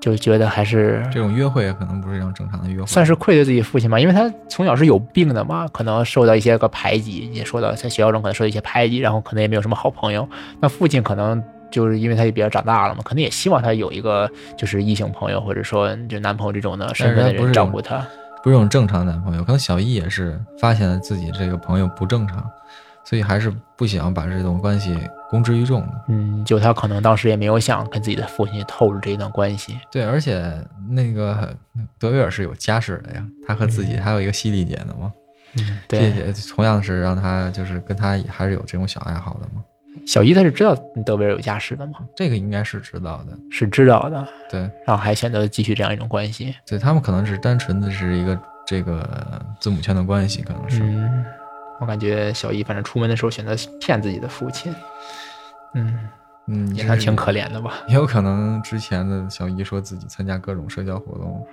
B: 就觉得还是
A: 这种约会可能不是一种正常的约会，
B: 算是愧对自己父亲吧，因为他从小是有病的嘛，可能受到一些个排挤，也说到在学校中可能受到一些排挤，然后可能也没有什么好朋友。那父亲可能就是因为他也比较长大了嘛，可能也希望他有一个就是异性朋友，或者说就男朋友这种的身份的
A: 但是他哎不是
B: 人照顾他。
A: 不是一种正常的男朋友。可能小易也是发现了自己这个朋友不正常，所以还是不想把这种关系公之于众的。
B: 嗯，就他可能当时也没有想跟自己的父亲透露这一段关系。
A: 对，而且那个德维尔是有家室的呀，他和自己还有一个犀利姐呢嘛，
B: 嗯，
A: 这
B: 对，
A: 也同样是让他就是跟他还是有这种小爱好的嘛，
B: 小姨他是知道德维尔有家室的嘛，
A: 这个应该是知道的。
B: 是知道的，
A: 对，
B: 然后还选择继续这样一种关系。
A: 对他们可能是单纯的是一个这个字母圈的关系，可能是。
B: 嗯，我感觉小易反正出门的时候选择骗自己的父亲，嗯，
A: 嗯，
B: 也
A: 是
B: 还挺可怜的吧？
A: 也有可能之前的小姨说自己参加各种社交活动，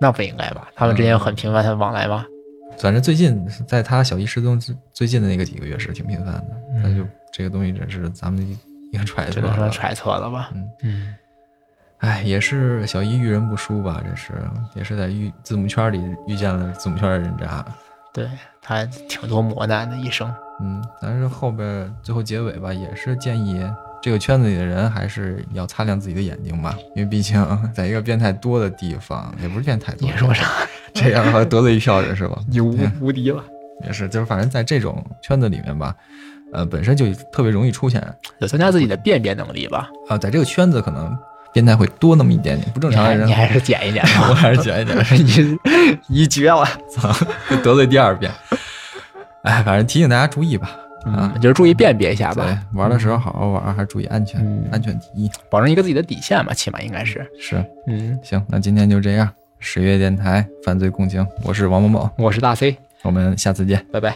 B: 那不应该吧？他们之间有很频繁的往来吗？
A: 反正最近在她小姨失踪之最近的那个几个月是挺频繁的。
B: 嗯
A: 那就这个东西真是咱们一个揣
B: 只
A: 测
B: 能说
A: 了。
B: 揣测了吧。
A: 嗯
B: 嗯
A: 哎，也是小姨遇人不淑吧，这是也是在遇字母圈里遇见了字母圈的人渣。
B: 对他挺多磨难的一生。
A: 嗯，但是后边最后结尾吧，也是建议这个圈子里的人还是要擦亮自己的眼睛吧，因为毕竟 在一个变态多的地方，也不是变态多
B: 你，说啥？嗯
A: 这样的 话得罪一票人是吧？
B: 你无无敌了，
A: 也是，就是反正在这种圈子里面吧，呃，本身就特别容易出现啊、啊
B: 得增加自己的辨别能力吧。
A: 在这个圈子可能变态会多那么一点点，不正
B: 你
A: 常的
B: 还
A: 人
B: 你还是减一减 吧。
A: 我还是卷一点，一一绝我操， 又得罪第二遍。哎，反正提醒大家注意吧，啊
B: 嗯，，就是注意辨别一下
A: 对
B: 吧，，
A: 玩的时候好好玩，还是注意安全，
B: 嗯
A: 安全第一。
B: 保证一个自己的底线吧，起码应该是。
A: 是，
B: 嗯，
A: 行，那今天就这样。十月电台犯罪共情，我是王某某，
B: 我是大 C，
A: 我们下次见。
B: 拜拜。